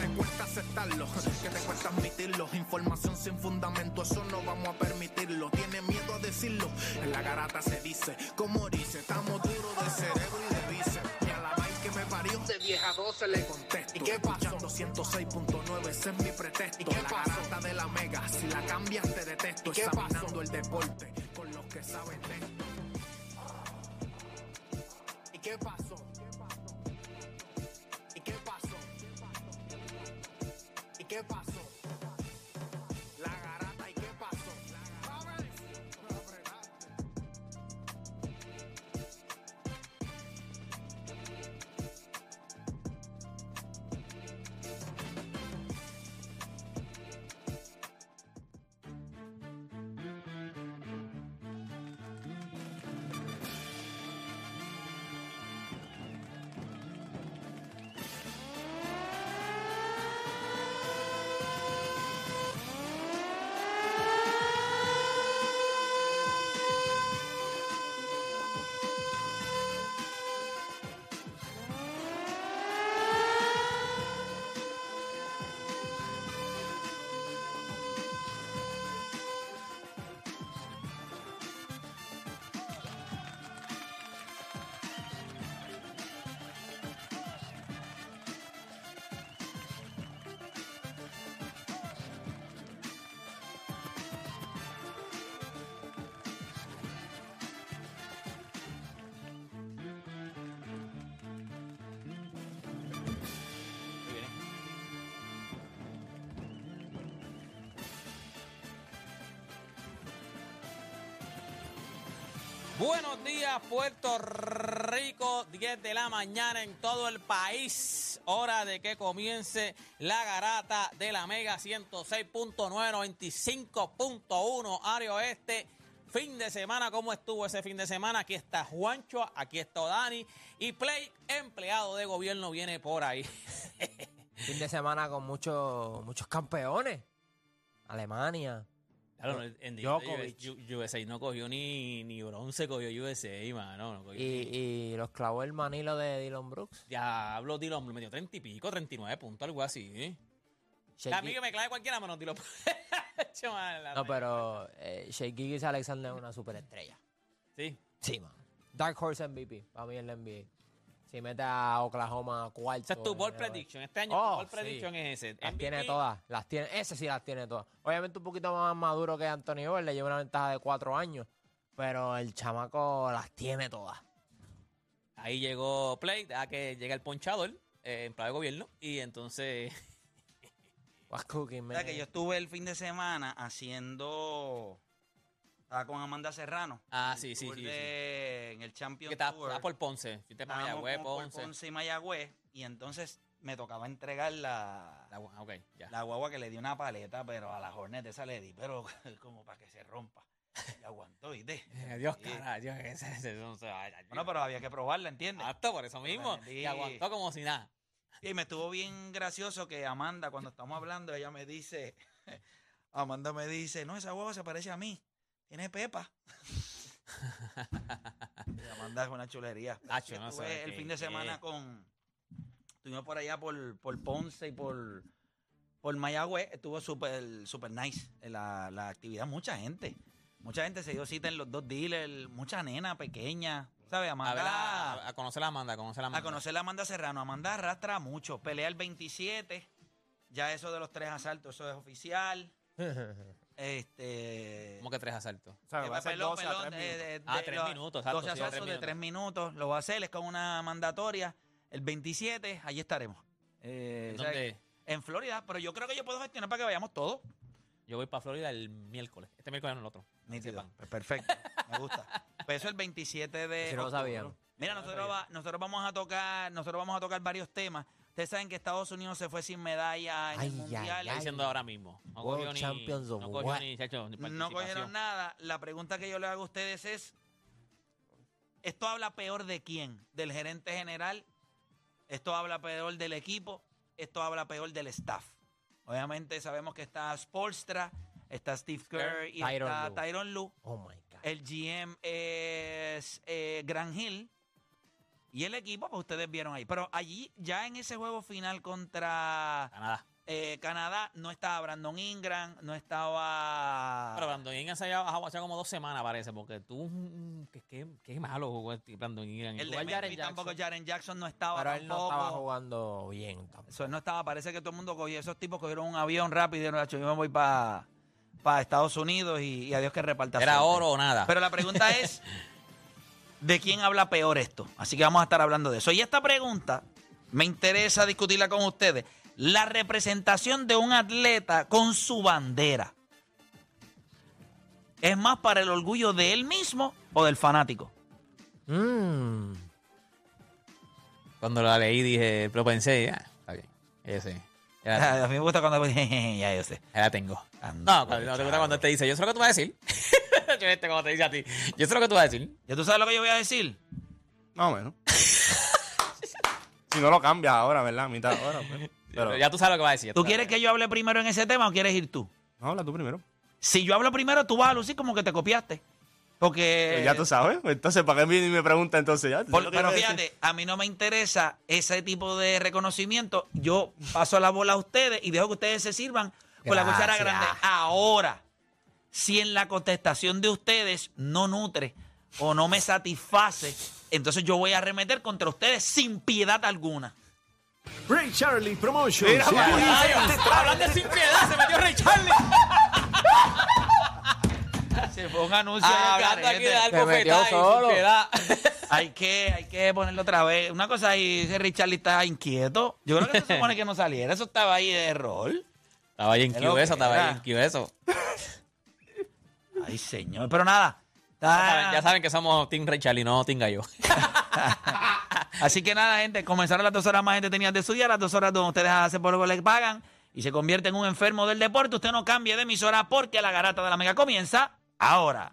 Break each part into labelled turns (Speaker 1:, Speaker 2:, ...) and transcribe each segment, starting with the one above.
Speaker 1: te cuesta aceptarlo, que te cuesta admitirlo, información sin fundamento, eso no vamos a permitirlo, tiene miedo a decirlo, en la garata se dice, como dice, estamos duros de cerebro y de bíceps. Y a la vaina que me parió de 10 a 12 le contesto. ¿Y qué pasó? 106.9, ese es mi pretexto. ¿Y qué la garata de la mega, si la cambias te detesto. ¿Y qué Examinando el deporte con los que saben de esto. ¿Y qué pasó? ¿Y qué pasó? ¿Y qué pasó? La garata, ¿y qué pasó? La garata.
Speaker 2: Buenos días, Puerto Rico, 10 de la mañana en todo el país. Hora de que comience la garata de la Mega 106.995.1 área oeste. Fin de semana, ¿cómo estuvo ese fin de semana? Aquí está Juancho, aquí está Dani y Play, empleado de gobierno, viene por ahí.
Speaker 3: Fin de semana con muchos muchos campeones. Alemania.
Speaker 2: Claro, en
Speaker 3: Djokovic.
Speaker 2: U- USA no cogió ni, ni bronce, cogió USA, mano. No cogió
Speaker 3: Y,
Speaker 2: ni-
Speaker 3: y los clavó el manilo de Dylan Brooks.
Speaker 2: Ya hablo, Dylan Blue, metió 30 y pico, 39 puntos, algo así. ¿eh?
Speaker 3: Shea
Speaker 2: A mí que me clave cualquiera menos Dylan
Speaker 3: Gil- No, pero eh, Shea Gilgeous Alexander es una superestrella.
Speaker 2: Sí.
Speaker 3: Sí, man. Dark Horse MVP. Para mí es la NBA. Si mete a Oklahoma a cuarto.
Speaker 2: Esa es tu ball
Speaker 3: eh,
Speaker 2: prediction. Este año
Speaker 3: Oh,
Speaker 2: tu ball
Speaker 3: sí.
Speaker 2: prediction es ese.
Speaker 3: Las
Speaker 2: MVP,
Speaker 3: tiene todas, las tiene, ese sí las tiene todas. Obviamente un poquito más maduro que Anthony Over, le lleva una ventaja de cuatro años, pero el chamaco las tiene todas.
Speaker 2: Ahí llegó Play, a que llega el ponchador, eh, empleado de gobierno, y entonces.
Speaker 3: What's cooking,
Speaker 4: O
Speaker 3: man?
Speaker 4: sea, que yo estuve el fin de semana haciendo. Estaba con Amanda Serrano.
Speaker 2: Ah,
Speaker 4: El
Speaker 2: sí, sí,
Speaker 4: tour
Speaker 2: sí,
Speaker 4: de- En el
Speaker 2: Que
Speaker 4: Champions
Speaker 2: está,
Speaker 4: Tour.
Speaker 2: está por Ponce. Fuiste para
Speaker 4: Estábamos
Speaker 2: Mayagüez,
Speaker 4: como por
Speaker 2: Ponce.
Speaker 4: Ponce y Mayagüez. Y entonces me tocaba entregar la,
Speaker 2: La gua- Ah, ok, ya.
Speaker 4: la guagua que le di una paleta, pero a la Hornet esa le di, pero como para que se rompa. Y aguantó, ¿viste?
Speaker 2: Eh, Dios,
Speaker 4: Sí.
Speaker 2: cara, Dios, ese, ese, no se vaya,
Speaker 4: Bueno, pero había que probarla, ¿entiendes?
Speaker 2: Apto por eso
Speaker 4: pero
Speaker 2: mismo.
Speaker 4: me
Speaker 2: Y
Speaker 4: metí.
Speaker 2: aguantó como si nada.
Speaker 4: Y me estuvo bien gracioso que Amanda, cuando estamos hablando, ella me dice, Amanda me dice, no, esa guagua se parece a mí, tiene pepa. La banda es una chulería.
Speaker 2: Nacho, Ah, no
Speaker 4: Estuve
Speaker 2: sabes
Speaker 4: el
Speaker 2: qué-
Speaker 4: fin de semana
Speaker 2: qué-
Speaker 4: con. Estuvimos por allá por, por Ponce y por, por Mayagüez. Estuvo súper super nice eh, la, la actividad. Mucha gente. Mucha gente se dio cita en los dos dealers. Mucha nena pequeña. ¿Sabes?
Speaker 2: A, ver,
Speaker 4: Amanda.
Speaker 2: a, a conocer a Amanda, a conocer a Amanda.
Speaker 4: A conocer a Amanda Serrano. Amanda arrastra mucho. Pelea el 27. Ya eso de los tres asaltos, eso es oficial. Este.
Speaker 2: Como que tres asaltos.
Speaker 3: O sea,
Speaker 4: Eh,
Speaker 3: va a ser
Speaker 4: pelón,
Speaker 3: 12 a
Speaker 4: pelón,
Speaker 3: 3
Speaker 4: de-
Speaker 3: minutos.
Speaker 4: de-
Speaker 2: Ah,
Speaker 4: de
Speaker 2: tres
Speaker 4: los
Speaker 2: minutos, exacto,
Speaker 4: 12
Speaker 2: sí, tres
Speaker 4: asaltos de
Speaker 2: minutos.
Speaker 4: tres minutos. Lo va a hacer, es con una mandatoria. El 27, allí estaremos. Eh,
Speaker 2: ¿En
Speaker 4: o sea,
Speaker 2: dónde?
Speaker 4: En Florida, pero yo creo que yo puedo gestionar para que vayamos todos.
Speaker 2: Yo voy para Florida el miércoles. Este miércoles no el otro.
Speaker 4: Nítido.
Speaker 2: Sepan.
Speaker 4: Pues Perfecto, me gusta. Pues eso el 27 de.
Speaker 3: Si no lo
Speaker 4: octubre.
Speaker 3: sabían.
Speaker 4: Mira, nosotros, va- nosotros vamos a tocar, nosotros vamos a tocar varios temas. Ustedes saben que Estados Unidos se fue sin medalla en
Speaker 3: Ay,
Speaker 4: el
Speaker 3: ay,
Speaker 4: mundial.
Speaker 2: Está
Speaker 3: ay.
Speaker 2: diciendo ahora mismo. No
Speaker 3: World
Speaker 2: cogió ni.
Speaker 3: Champions of
Speaker 2: no cogió
Speaker 3: what?
Speaker 2: ni, chacho, ni
Speaker 4: No
Speaker 2: participación.
Speaker 4: cogieron nada. La pregunta que yo le hago a ustedes es: ¿esto habla peor de quién? ¿Del gerente general? ¿Esto habla peor del equipo? ¿Esto habla peor del staff? Obviamente sabemos que está Spolstra, está Steve Kerr y
Speaker 3: Tyronn
Speaker 4: está
Speaker 3: Lue.
Speaker 4: Tyron Lue.
Speaker 3: Oh my God.
Speaker 4: El GM es eh, Gran Hill. Y el equipo, pues ustedes vieron ahí. Pero allí, ya en ese juego final contra
Speaker 2: Canadá.
Speaker 4: eh, Canadá, no estaba Brandon Ingram, no estaba.
Speaker 2: Pero Brandon Ingram se había bajado hace como dos semanas, parece, porque tú. mm, que que que malo jugó este Brandon Ingram.
Speaker 4: El de
Speaker 2: Igual Jaren
Speaker 4: Memphis tampoco,
Speaker 2: Jackson.
Speaker 4: Jaren Jackson no estaba
Speaker 3: Pero él no
Speaker 4: tampoco.
Speaker 3: estaba jugando bien tampoco.
Speaker 4: Eso no estaba, parece que todo el mundo cogió. Esos tipos cogieron un avión rápido y dijeron, "Nacho, yo me voy para Estados Unidos y, y adiós que reparta.
Speaker 2: Era
Speaker 4: suerte".
Speaker 2: oro o nada.
Speaker 4: Pero la pregunta es, ¿de quién habla peor esto? Así que vamos a estar hablando de eso. Y esta pregunta me interesa discutirla con ustedes. La representación de un atleta con su bandera. ¿Es más para el orgullo de él mismo o del fanático?
Speaker 3: Mm.
Speaker 2: Cuando la leí dije, lo pensé, ya, está bien. Ese. Ya la,
Speaker 4: A mí me gusta cuando... ya yo sé.
Speaker 2: ya la tengo.
Speaker 3: Ah,
Speaker 4: Anda,
Speaker 2: No, cuando, no te gusta cuando te dice, yo sé lo que tú vas a decir. yo este cuando te dice a ti, yo sé lo que tú vas a decir.
Speaker 4: ¿Ya tú sabes lo que yo voy a decir?
Speaker 5: Más o menos. si no lo cambia ahora, ¿verdad? A mitad de hora. pues. Pero,
Speaker 2: ya tú sabes lo que vas a decir. ya
Speaker 4: ¿Tú
Speaker 2: sabes.
Speaker 4: quieres que yo hable primero en ese tema o quieres ir tú?
Speaker 5: no, habla tú primero.
Speaker 4: Si yo hablo primero, tú vas a lucir como que te copiaste. Porque...
Speaker 5: Pero Eh, Pues ya tú sabes. Entonces, ¿para qué viene y me pregunta entonces ya?
Speaker 4: Eh, Por-
Speaker 5: Yo lo que
Speaker 4: pero
Speaker 5: iba a
Speaker 4: fíjate,
Speaker 5: decir-
Speaker 4: a mí no me interesa ese tipo de reconocimiento. Yo paso la bola a ustedes y dejo que ustedes se sirvan con la cuchara
Speaker 3: Gracias.
Speaker 4: grande. Ahora, si en la contestación de ustedes no nutre o no me satisface, entonces yo voy a arremeter contra ustedes sin piedad alguna.
Speaker 6: Ray Charlie Promotions.
Speaker 2: Ay, hablando sin piedad, se metió Ray Charlie.
Speaker 4: Se fue un anuncio. ahí al
Speaker 2: Hablando aquí
Speaker 4: garete.
Speaker 2: de
Speaker 3: Se
Speaker 2: algo
Speaker 3: metió
Speaker 2: fetal y sin
Speaker 3: solo.
Speaker 2: piedad.
Speaker 4: hay, que, hay que ponerlo otra vez. Una cosa ahí, ese Richard está inquieto. Yo creo que se supone que no saliera. Eso estaba ahí de rol.
Speaker 2: Estaba en
Speaker 4: Es lo
Speaker 2: Q
Speaker 4: que
Speaker 2: eso, estaba
Speaker 4: era.
Speaker 3: Ah.
Speaker 2: en Q eso.
Speaker 4: Ay, señor. Pero nada.
Speaker 2: Ya saben-
Speaker 4: Ah,
Speaker 2: Ya saben que somos Team Ray Charlie, no Team Gallo.
Speaker 4: Así que nada, gente, comenzaron las dos horas más gente tenía de su día, las dos horas donde ustedes hacen por lo que les pagan y se convierte en un enfermo del deporte. Usted no cambie de emisora porque la garata de la mega comienza ahora.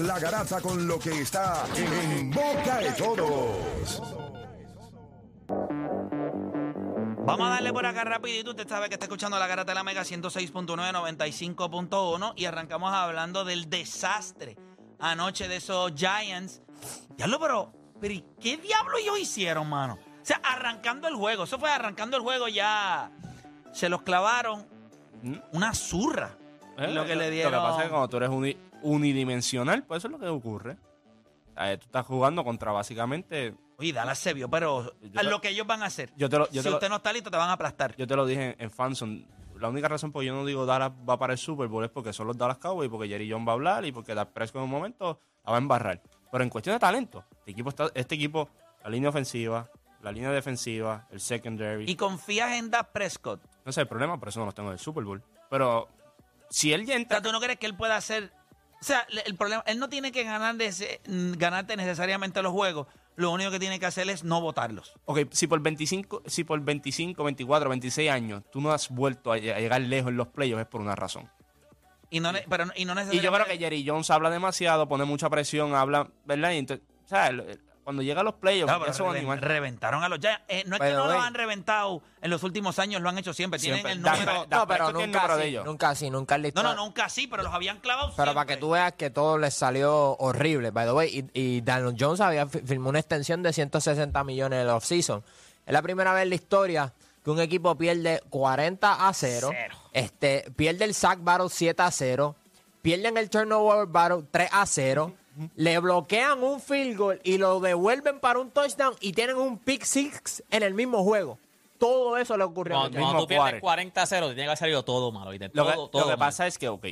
Speaker 6: la garata con lo que está en boca de todos.
Speaker 4: Vamos a darle por acá rapidito. Usted sabe que está escuchando la garata de la mega 106.9, 95.1 y arrancamos hablando del desastre anoche de esos Giants. Diablo, pero, pero ¿y ¿qué diablo ellos hicieron, mano? O sea, arrancando el juego. Eso fue arrancando el juego ya. Se los clavaron
Speaker 5: ¿Mm?
Speaker 4: una zurra.
Speaker 5: Eh,
Speaker 4: lo que le dieron.
Speaker 5: Lo que pasa es que cuando tú eres uni- unidimensional, pues eso es lo que ocurre. A ver, tú estás jugando contra básicamente.
Speaker 4: Oye, Dallas se vio, pero
Speaker 5: Yo-
Speaker 4: lo que ellos van a hacer.
Speaker 5: Yo te lo, yo
Speaker 4: si
Speaker 5: te lo-
Speaker 4: usted no está listo, te van a aplastar.
Speaker 5: yo te lo dije en, en Fanson. La única razón por que yo no digo Dallas va para el Super Bowl es porque son los Dallas Cowboys, porque Jerry John va a hablar y porque Dak Prescott en un momento la va a embarrar. Pero en cuestión de talento, este equipo, está, este equipo la línea ofensiva, la línea defensiva, el secondary.
Speaker 4: Y confías en Dak Prescott. O
Speaker 5: No sé el problema, por eso no los tengo del Super Bowl. Pero si él ya entra.
Speaker 4: sea, tú no crees que él pueda hacer O sea, le- el problema, él no tiene que ganar de ese- ganarte necesariamente los juegos. Lo único que tiene que hacer es no votarlos.
Speaker 5: Ok, si por 25, si por 25, 24, 26 años tú no has vuelto a, lle- a llegar lejos en los playoffs es por una razón.
Speaker 4: Y no, ne- pero, no- y no
Speaker 5: Y yo creo que
Speaker 4: necesariamente-
Speaker 5: Jerry Jones habla demasiado, pone mucha presión, habla, ¿verdad? Y entonces, o sea, el- cuando llega a los playoffs,
Speaker 4: No, pero
Speaker 5: ya son
Speaker 4: reven-
Speaker 5: animales.
Speaker 4: reventaron a los Giants. Eh, no es que
Speaker 3: Pero,
Speaker 4: no los
Speaker 3: ey.
Speaker 4: han reventado en los últimos años, lo han hecho siempre. Tienen
Speaker 5: Siempre.
Speaker 4: el
Speaker 5: Da-
Speaker 4: número.
Speaker 5: da-
Speaker 3: No, pero
Speaker 5: Prescott tiene el
Speaker 3: nunca
Speaker 5: número de
Speaker 3: así,
Speaker 5: ellos.
Speaker 3: nunca así, nunca el
Speaker 4: No,
Speaker 3: listado.
Speaker 4: no, nunca sí, pero los habían clavado.
Speaker 3: Pero para que
Speaker 4: siempre.
Speaker 3: tú veas que todo les salió horrible, by the way. Y, y Daniel Jones había fi- firmó una extensión de 160 millones en el offseason. Es la primera vez en la historia que un equipo pierde 40 a 0.
Speaker 4: Cero.
Speaker 3: Este, pierde el sack battle 7 a 0. Pierden el turnover battle 3 a 0. Le bloquean un field goal y lo devuelven para un touchdown y tienen un pick six en el mismo juego. Todo eso le ocurrió a los
Speaker 2: Cuando,
Speaker 3: Giants.
Speaker 2: cuando tú
Speaker 5: mismo
Speaker 2: pierdes
Speaker 5: quarter.
Speaker 2: 40 a 0, te tiene que haber salido todo malo. ¿viste?
Speaker 5: Lo que,
Speaker 2: Todo,
Speaker 5: lo
Speaker 2: todo
Speaker 5: que
Speaker 2: mal.
Speaker 5: pasa es que, ok,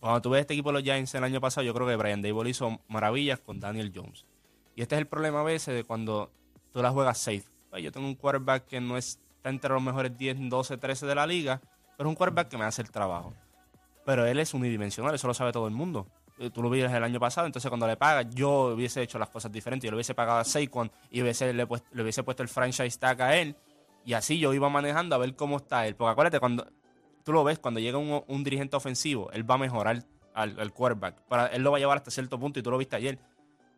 Speaker 5: cuando tú ves este equipo de los Giants el año pasado, yo creo que Brian Dable hizo maravillas con Daniel Jones. Y este es el problema a veces de cuando tú la juegas safe. Ay, Yo tengo un quarterback que no está entre los mejores 10, 12, 13 de la liga, pero es un quarterback que me hace el trabajo. Pero él es unidimensional, eso lo sabe todo el mundo. Eh, Tú lo viste el año pasado, entonces cuando le pagas, yo hubiese hecho las cosas diferentes. Yo le hubiese pagado a Saquon y hubiese- le, puest- le hubiese puesto el franchise tag a él. Y así yo iba manejando a ver cómo está él. Porque acuérdate, cuando tú lo ves, cuando llega un, un dirigente ofensivo, él va a mejorar al, al quarterback. Para, él lo va a llevar hasta cierto punto y tú lo viste ayer.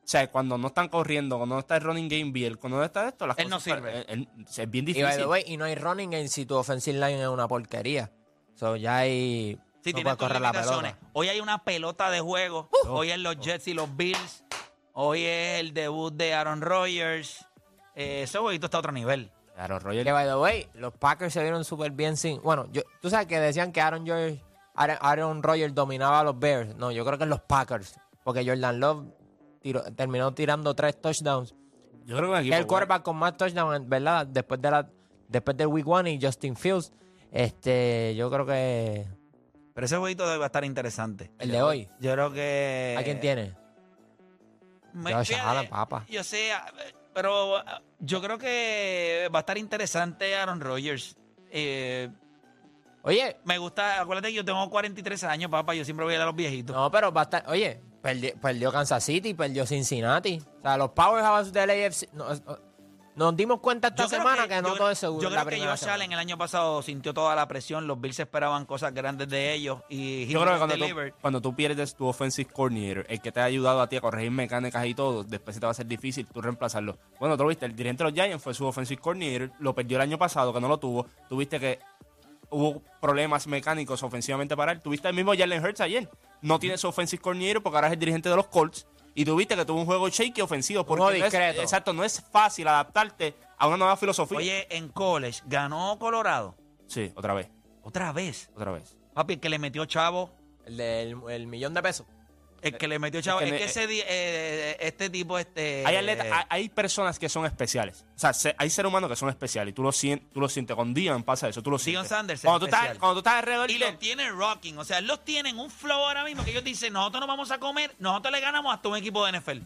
Speaker 5: O sea, cuando no están corriendo, cuando no está el running game bien, cuando no está esto, las
Speaker 4: Él no
Speaker 5: cosas para-
Speaker 4: sirve.
Speaker 5: él- él- es bien
Speaker 3: Y
Speaker 5: difícil.
Speaker 3: by the way, y no hay running en si tu offensive line es una porquería. So ya hay.
Speaker 4: Sí,
Speaker 3: no
Speaker 4: tiene
Speaker 3: puedes
Speaker 4: tus
Speaker 3: correr la
Speaker 4: limitaciones.
Speaker 3: pelota. Uh.
Speaker 4: Hoy hay una pelota de juego. Hoy es los Jets y los Bills. Hoy es el debut de Aaron Rodgers. Eh, ese jueguito está a otro nivel.
Speaker 5: Claro,
Speaker 3: Que
Speaker 5: Roger.
Speaker 3: by the way, los Packers se vieron súper bien sin. Bueno, yo, tú sabes que decían que Aaron, Rodgers- Aaron, Aaron Rodgers dominaba a los Bears. No, yo creo que es los Packers. Porque Jordan Love tiró- terminó tirando tres touchdowns.
Speaker 5: Yo creo que un
Speaker 3: Que
Speaker 5: equipo
Speaker 3: el quarterback con más touchdowns, ¿verdad? Después de la, después del Week One y Justin Fields. Este, yo creo que
Speaker 4: Pero ese jueguito de hoy va a estar interesante.
Speaker 3: el de hoy.
Speaker 4: Yo creo que.
Speaker 3: ¿A quién tiene?
Speaker 4: Me-
Speaker 3: Josh
Speaker 4: fíjate,
Speaker 3: Allen, papá.
Speaker 4: Yo sé, a- pero a- yo creo que va a estar interesante Aaron Rodgers. Eh,
Speaker 3: Oye,
Speaker 4: me gusta, acuérdate que yo tengo 43 años, papá, yo siempre voy a ir a los viejitos.
Speaker 3: No, pero va a estar. Oye, perdi- perdió, Kansas City, perdió Cincinnati. O sea, los powerhouses del AFC. no, es- no- nos dimos cuenta esta
Speaker 4: Yo creo
Speaker 3: semana
Speaker 4: que-
Speaker 3: que, no
Speaker 4: yo-
Speaker 3: todo es seguro.
Speaker 4: Yo
Speaker 3: en la
Speaker 4: creo que
Speaker 3: primera
Speaker 4: Josh
Speaker 3: semana.
Speaker 4: Allen el año pasado sintió toda la presión, los Bills esperaban cosas grandes de ellos y he
Speaker 5: Yo creo que cuando
Speaker 4: delivered.
Speaker 5: tú, cuando tú pierdes tu offensive coordinator, el que te ha ayudado a ti a corregir mecánicas y todo, después se te va a hacer difícil tú reemplazarlo. Bueno, tú lo viste, el dirigente de los Giants fue su offensive coordinator, lo perdió el año pasado, que no lo tuvo. Tuviste que hubo problemas mecánicos ofensivamente para él. Tuviste el mismo Jalen Hurts ayer. No tiene su offensive coordinator porque ahora es el dirigente de los Colts. Y tuviste que tuvo un juego shaky ofensivo. Porque no es-
Speaker 3: discreto.
Speaker 5: exacto, no es fácil adaptarte a una nueva filosofía.
Speaker 4: Oye, en college ganó Colorado
Speaker 5: Sí, otra vez,
Speaker 4: otra vez.
Speaker 5: otra vez.
Speaker 4: Papi, el que le metió chavo,
Speaker 3: El, del- el millón de pesos.
Speaker 4: el que le metió chavo,
Speaker 5: que
Speaker 4: es
Speaker 5: me-
Speaker 4: que ese di- eh, este tipo este
Speaker 5: Hay, ah, atletas- hay- hay personas que son especiales. O sea, se- hay seres humanos que son especiales. Y tú lo, sien- tú lo sientes. Con Dion pasa eso. Tú lo sientes.
Speaker 4: Sanders es
Speaker 5: cuando, tú estás,
Speaker 4: especial.
Speaker 5: cuando tú estás alrededor
Speaker 4: Y
Speaker 5: de
Speaker 4: los
Speaker 5: él,
Speaker 4: tienen rocking. O sea, los tienen un flow ahora mismo que ellos dicen, nosotros no vamos a comer, nosotros le ganamos hasta un equipo de NFL.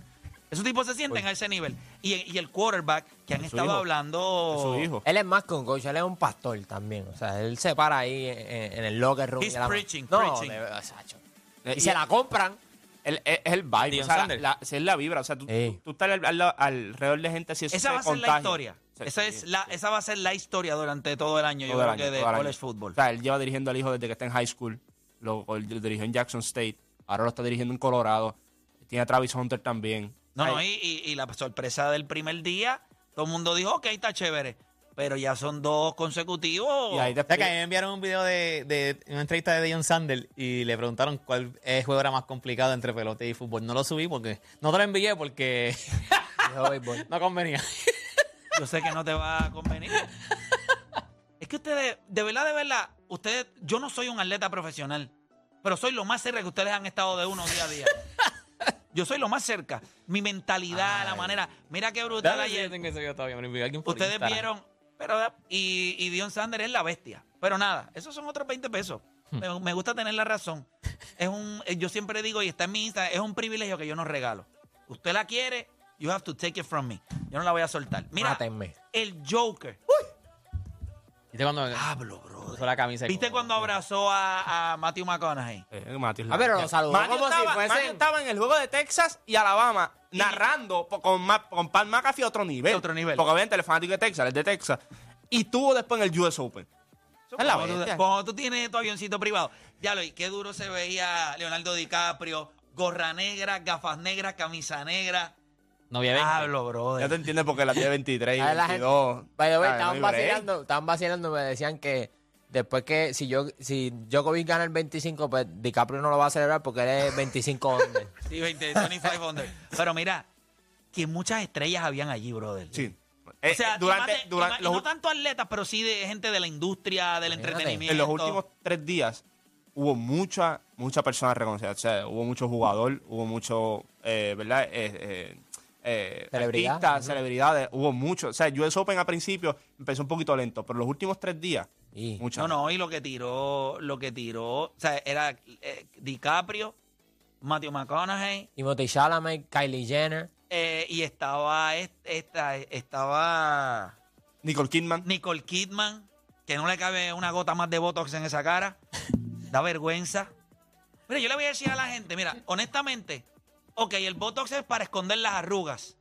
Speaker 4: Esos tipos se sienten a ese nivel. Y, y el quarterback que han
Speaker 5: Es su
Speaker 4: estado
Speaker 5: hijo.
Speaker 4: hablando.
Speaker 5: es su hijo.
Speaker 3: Él es más que un coach, él es un pastor también. O sea, él se para ahí en, en el locker room.
Speaker 4: He's
Speaker 3: y la-
Speaker 4: preaching,
Speaker 3: no,
Speaker 4: preaching.
Speaker 3: de verdad, Sacho.
Speaker 5: Eh,
Speaker 3: Y
Speaker 5: y-
Speaker 3: se la compran.
Speaker 5: Él- Es es el vibe.
Speaker 2: Deion
Speaker 5: O sea,
Speaker 2: Sanders.
Speaker 5: la, es la vibra. O sea, tú,
Speaker 3: Sí.
Speaker 5: tú- tú estás al- al- alrededor de gente así. eso
Speaker 4: Esa
Speaker 5: te
Speaker 4: va a ser la
Speaker 5: contagia.
Speaker 4: historia.
Speaker 5: Sí,
Speaker 4: esa,
Speaker 5: sí,
Speaker 4: es la, esa va a ser la historia durante todo el año, yo
Speaker 5: todo el
Speaker 4: creo
Speaker 5: año,
Speaker 4: que de
Speaker 5: todo el año.
Speaker 4: college football.
Speaker 5: O sea, él lleva dirigiendo al hijo desde que está en high school. Lo, lo dirigió en Jackson State. Ahora lo está dirigiendo en Colorado. Tiene a Travis Hunter también.
Speaker 4: No, no,
Speaker 5: Ay,
Speaker 4: y, y- y la sorpresa del primer día, todo el mundo dijo, ok, está chévere. Pero ya son dos consecutivos.
Speaker 5: y ahí
Speaker 7: O sea, que a mí
Speaker 5: después-
Speaker 7: me enviaron un video de, de una entrevista de Deion Sanders y le preguntaron cuál es el juego era más complicado entre pelota y fútbol. No lo subí porque no te lo envié porque
Speaker 3: Dijo béisbol.
Speaker 7: no convenía.
Speaker 4: Yo sé que no te va a convenir. es que ustedes, de verdad, de verdad, ustedes, yo no soy un atleta profesional, pero soy lo más cerca que ustedes han estado de uno día a día. Yo soy lo más cerca. Mi mentalidad, la manera. Mira qué brutal
Speaker 7: Dale, yo
Speaker 4: ayer.
Speaker 7: tengo ese video todavía, me lo envió alguien por
Speaker 4: Ustedes
Speaker 7: Instagram.
Speaker 4: vieron, pero y, y Dion Sanders es la bestia. Pero nada, esos son otros 20 pesos.
Speaker 5: Hmm.
Speaker 4: Me, me gusta tener la razón. Es un, eh, yo siempre digo, y está en mi Instagram, es un privilegio que yo no regalo. Usted la quiere, you have to take it from me. Yo no la voy a soltar. Mira,
Speaker 3: Mátenme.
Speaker 4: el Joker.
Speaker 7: ¿Viste cuando-
Speaker 4: Pablo, Ah, bro.
Speaker 2: puso la camisa. y-
Speaker 4: ¿Viste cuando abrazó a, a Matthew McConaughey?
Speaker 5: Eh, Matthew es la-
Speaker 3: A ver,
Speaker 5: ya.
Speaker 3: Ah, lo saludó
Speaker 5: Matthew
Speaker 3: como
Speaker 5: estaba,
Speaker 3: si
Speaker 5: Matthew
Speaker 3: fuesen...
Speaker 5: estaba en el juego de Texas y Alabama narrando po- con, Ma- con Pat McAfee a otro nivel.
Speaker 4: Otro nivel.
Speaker 5: Porque obviamente el fanático de Texas, es de Texas. Y estuvo después en el US Open. Eso es la
Speaker 4: Cuando tú-
Speaker 5: bestia.
Speaker 4: Cuando tú tienes tu avioncito privado. Ya lo y qué duro se veía Leonardo DiCaprio. Gorra negra, gafas negras, camisa negra.
Speaker 2: Novia 20.
Speaker 4: Hablo,
Speaker 5: Ya te
Speaker 4: brother.
Speaker 5: entiendes por qué la tiene 23 y
Speaker 3: A ver, la gente-
Speaker 5: 22.
Speaker 3: By the way,
Speaker 5: Ah, no hay
Speaker 3: estaban
Speaker 5: break.
Speaker 3: vacilando, estaban vacilando, me decían que después que si yo si Djokovic gana el 25, pues DiCaprio no lo va a celebrar porque él es 25 under.
Speaker 4: Sí, 20, 2500. Pero mira, que muchas estrellas habían allí, brother.
Speaker 5: Sí. Eh,
Speaker 4: O sea,
Speaker 5: durante,
Speaker 4: imagínate-
Speaker 5: durante
Speaker 4: imagínate-
Speaker 5: los,
Speaker 4: no tanto atletas, pero sí de gente de la industria, del
Speaker 3: Imagínate.
Speaker 4: entretenimiento.
Speaker 5: en los últimos tres días hubo mucha, mucha personas reconocidas. O sea, hubo mucho jugador, hubo mucho, eh, ¿verdad? Eh, eh, eh,
Speaker 3: Celebridad.
Speaker 5: artistas, celebridades, hubo mucho. O sea, US Open al principio empezó un poquito lento, pero los últimos tres días,
Speaker 3: Y-
Speaker 5: mucha.
Speaker 4: No, no, y lo que tiró, lo que tiró, o sea, era eh, DiCaprio, Matthew McConaughey,
Speaker 3: Timothy Chalamet, Kylie Jenner.
Speaker 4: eh, y estaba es- esta, estaba
Speaker 5: Nicole Kidman.
Speaker 4: Nicole Kidman, que no le cabe una gota más de Botox en esa cara. Da vergüenza. Mira, yo le voy a decir a la gente, mira, honestamente, ok, el Botox es para esconder las arrugas.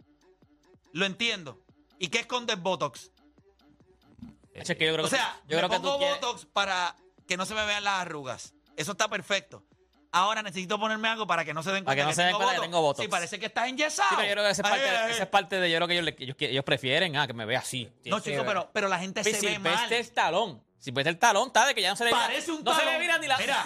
Speaker 4: Lo entiendo. ¿Y qué esconde el Botox?
Speaker 2: Hacho, es que yo creo
Speaker 4: O
Speaker 2: que-
Speaker 4: sea,
Speaker 2: yo
Speaker 4: yo
Speaker 2: creo que
Speaker 4: pongo
Speaker 2: tú quieres-
Speaker 4: Botox para que no se me vean las arrugas. Eso está perfecto. Ahora necesito ponerme algo para que no se den
Speaker 2: Para
Speaker 4: cuenta
Speaker 2: que no se den cuenta que tengo Botox.
Speaker 4: Sí, parece que estás enyesado.
Speaker 2: Sí, pero yo creo que esa es
Speaker 4: Ay,
Speaker 2: parte,
Speaker 4: ay, ay.
Speaker 2: esa es parte de yo creo que ellos, le- ellos, que- ellos prefieren ah, que me vea así.
Speaker 4: No, chico, pero, pero la gente
Speaker 2: si
Speaker 4: se ve mal.
Speaker 2: veste el talón, si veste el talón, está de que ya no se le
Speaker 4: Parece un
Speaker 2: no se
Speaker 4: talón.
Speaker 2: le mira ni la
Speaker 4: Mira.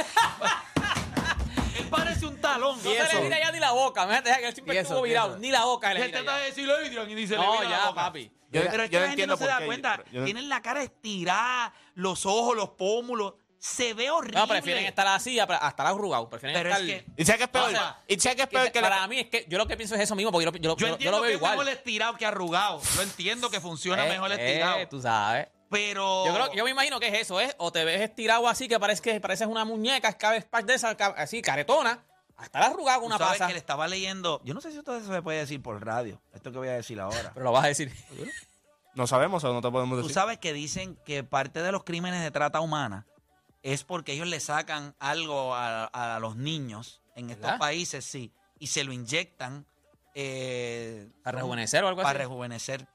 Speaker 4: Él parece un talón.
Speaker 2: no se le mira ya ni la boca, me deja que él siempre
Speaker 3: Y eso,
Speaker 2: estuvo
Speaker 3: y
Speaker 2: virado,
Speaker 3: eso.
Speaker 2: ni la boca se
Speaker 4: Y este
Speaker 2: le mira
Speaker 4: él trata de
Speaker 2: ya.
Speaker 4: decirlo Adrián y dice, le
Speaker 2: No,
Speaker 4: mira la
Speaker 2: ya,
Speaker 4: boca.
Speaker 2: papi.
Speaker 5: Yo-
Speaker 4: pero es que
Speaker 5: yo
Speaker 4: la gente no
Speaker 5: entiendo
Speaker 4: se da
Speaker 5: por qué.
Speaker 4: cuenta.
Speaker 5: Yo- yo-
Speaker 4: Tienen la cara estirada, los ojos, los pómulos. Se ve horrible.
Speaker 2: No, prefieren estar así, a- a estar arrugado, prefieren
Speaker 4: Pero es
Speaker 2: estar...
Speaker 4: que-
Speaker 5: Y sé que es peor.
Speaker 2: O sea,
Speaker 5: y sé que es peor que la-
Speaker 2: para mí es que yo lo que pienso es eso mismo, porque yo, lo- yo lo-
Speaker 4: Yo
Speaker 2: yo- yo
Speaker 4: entiendo
Speaker 2: lo veo
Speaker 4: que es
Speaker 2: igual.
Speaker 4: mejor estirado que arrugado. Yo entiendo que funciona
Speaker 2: Eh,
Speaker 4: mejor
Speaker 2: eh,
Speaker 4: estirado.
Speaker 2: tú sabes.
Speaker 4: pero.
Speaker 2: Yo, creo, yo me imagino que es eso, es o te ves estirado así que parece que pareces una muñeca, cada vez de esa, así, caretona, hasta la arrugada con
Speaker 4: Tú
Speaker 2: una
Speaker 4: sabes
Speaker 2: pasa.
Speaker 4: que le estaba leyendo. Yo no sé si todo eso se puede decir por radio. Esto que voy a decir ahora.
Speaker 2: Pero lo vas a decir.
Speaker 5: No sabemos o no te podemos
Speaker 4: Tú
Speaker 5: decir.
Speaker 4: sabes que dicen que parte de los crímenes de trata humana es porque ellos le sacan algo a, a los niños en estos
Speaker 2: ¿Verdad?
Speaker 4: países, sí, y se lo inyectan. eh,
Speaker 2: Para rejuvenecer o algo
Speaker 4: Para
Speaker 2: así.
Speaker 4: rejuvenecer.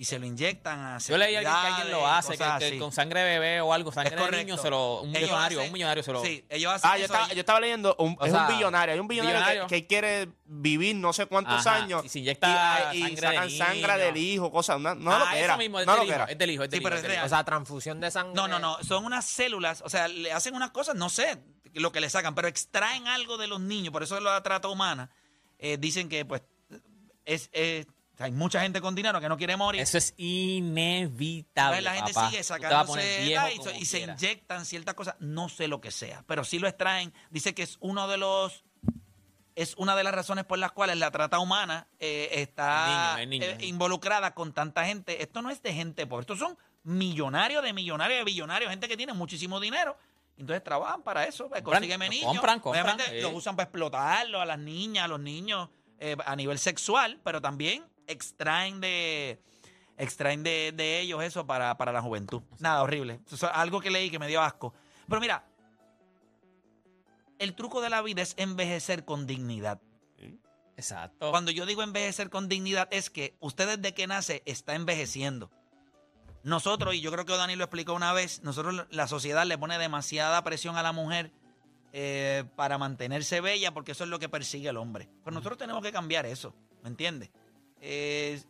Speaker 4: Y se lo inyectan a.
Speaker 2: Yo leí a alguien que alguien lo hace, que,
Speaker 4: cosas
Speaker 2: que
Speaker 4: así.
Speaker 2: con sangre de bebé o algo,
Speaker 4: Es
Speaker 2: sangre de
Speaker 4: correcto.
Speaker 2: niño, se lo, un
Speaker 4: Ellos
Speaker 2: millonario,
Speaker 4: hacen-
Speaker 2: un millonario se lo...
Speaker 4: Sí, ellos hacen
Speaker 5: Ah, yo
Speaker 4: eso
Speaker 5: estaba,
Speaker 4: ahí.
Speaker 5: yo estaba leyendo, un,
Speaker 3: O
Speaker 5: es
Speaker 3: sea,
Speaker 5: un billonario, hay un billonario,
Speaker 2: billonario.
Speaker 5: Que, que quiere vivir no sé cuántos
Speaker 2: Ajá,
Speaker 5: años
Speaker 2: y se inyecta
Speaker 5: y, y
Speaker 2: sangre de
Speaker 5: sacan
Speaker 2: niño.
Speaker 5: sangre del hijo, cosas, una- no
Speaker 2: Ah,
Speaker 5: lo que
Speaker 2: eso
Speaker 5: era,
Speaker 2: mismo, es,
Speaker 5: no
Speaker 2: del
Speaker 5: lo que
Speaker 2: hijo,
Speaker 5: era.
Speaker 2: es del hijo, es del
Speaker 4: Sí,
Speaker 2: hijo,
Speaker 4: pero
Speaker 2: es
Speaker 4: es
Speaker 2: del hijo.
Speaker 4: real.
Speaker 3: O sea, transfusión de sangre.
Speaker 4: No, no, no. Son unas células, o sea, le hacen unas cosas, no sé lo que le sacan, pero extraen algo de los niños. Por eso es la trata humana. Eh, dicen que, pues, es, es- hay mucha gente con dinero que no quiere morir.
Speaker 2: Eso es inevitable,
Speaker 4: Entonces, Pues la gente
Speaker 2: papá.
Speaker 4: sigue
Speaker 2: Tú te vas a poner
Speaker 4: sacándose
Speaker 2: viejo
Speaker 4: edad y,
Speaker 2: como
Speaker 4: y se
Speaker 2: quiera.
Speaker 4: inyectan ciertas cosas, no sé lo que sea, pero sí lo extraen. Dice que es uno de los es una de las razones por las cuales la trata humana eh, está
Speaker 2: El niño, el niño.
Speaker 4: eh, involucrada con tanta gente. Esto no es de gente pobre, estos son millonarios de millonarios de billonarios, gente que tiene muchísimo dinero. Entonces trabajan para eso, pues,
Speaker 2: Compran,
Speaker 4: consígueme
Speaker 2: lo
Speaker 4: niños.
Speaker 2: compran, compran,
Speaker 4: Obviamente
Speaker 2: sí.
Speaker 4: los usan para explotarlo a las niñas, a los niños eh, a nivel sexual, pero también extraen de, extraen de, de ellos eso para, para la juventud. Nada, horrible. Eso es algo que leí que me dio asco. Pero mira, el truco de la vida es envejecer con dignidad.
Speaker 2: Exacto.
Speaker 4: Cuando yo digo envejecer con dignidad es que usted desde que nace está envejeciendo. Nosotros, y yo creo que Dani lo explicó una vez, nosotros la sociedad le pone demasiada presión a la mujer eh, para mantenerse bella porque eso es lo que persigue el hombre. Pero nosotros tenemos que cambiar eso, ¿me entiende? Eh,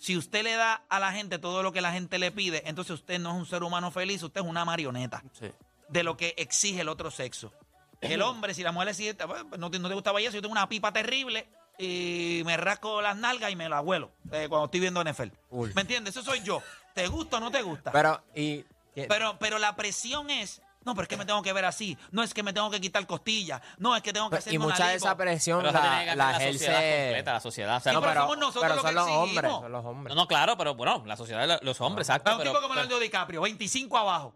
Speaker 4: si usted le da a la gente todo lo que la gente le pide, entonces usted no es un ser humano feliz, usted es una marioneta
Speaker 5: Sí.
Speaker 4: de lo que exige el otro sexo. El hombre, si la mujer le sigue, no te, no te gustaba eso, yo tengo una pipa terrible y me rasco las nalgas y me la vuelo eh, cuando estoy viendo NFL.
Speaker 3: Uy.
Speaker 4: ¿Me entiendes? Eso soy yo. ¿Te gusta o no te gusta?
Speaker 3: Pero, y. que-
Speaker 4: Pero, pero la presión es, no, pero es que me tengo que ver así, no es que me tengo que quitar costillas, no es que tengo que hacer
Speaker 3: y mucha de esa presión
Speaker 2: Pero eso tiene que
Speaker 3: la,
Speaker 2: cambiar
Speaker 3: la
Speaker 2: la sociedad
Speaker 3: ejerce-
Speaker 2: completa, la sociedad. O sea,
Speaker 4: Sí,
Speaker 2: no,
Speaker 4: pero
Speaker 2: pero-
Speaker 4: somos nosotros
Speaker 3: pero
Speaker 4: los
Speaker 3: son
Speaker 4: que
Speaker 3: los
Speaker 4: exigimos.
Speaker 3: hombres, son los hombres.
Speaker 2: no, no, claro, pero bueno, la sociedad, los hombres, exacto.
Speaker 4: un
Speaker 2: pero-
Speaker 4: tipo como
Speaker 2: pero-
Speaker 4: Leonardo DiCaprio, 25 abajo.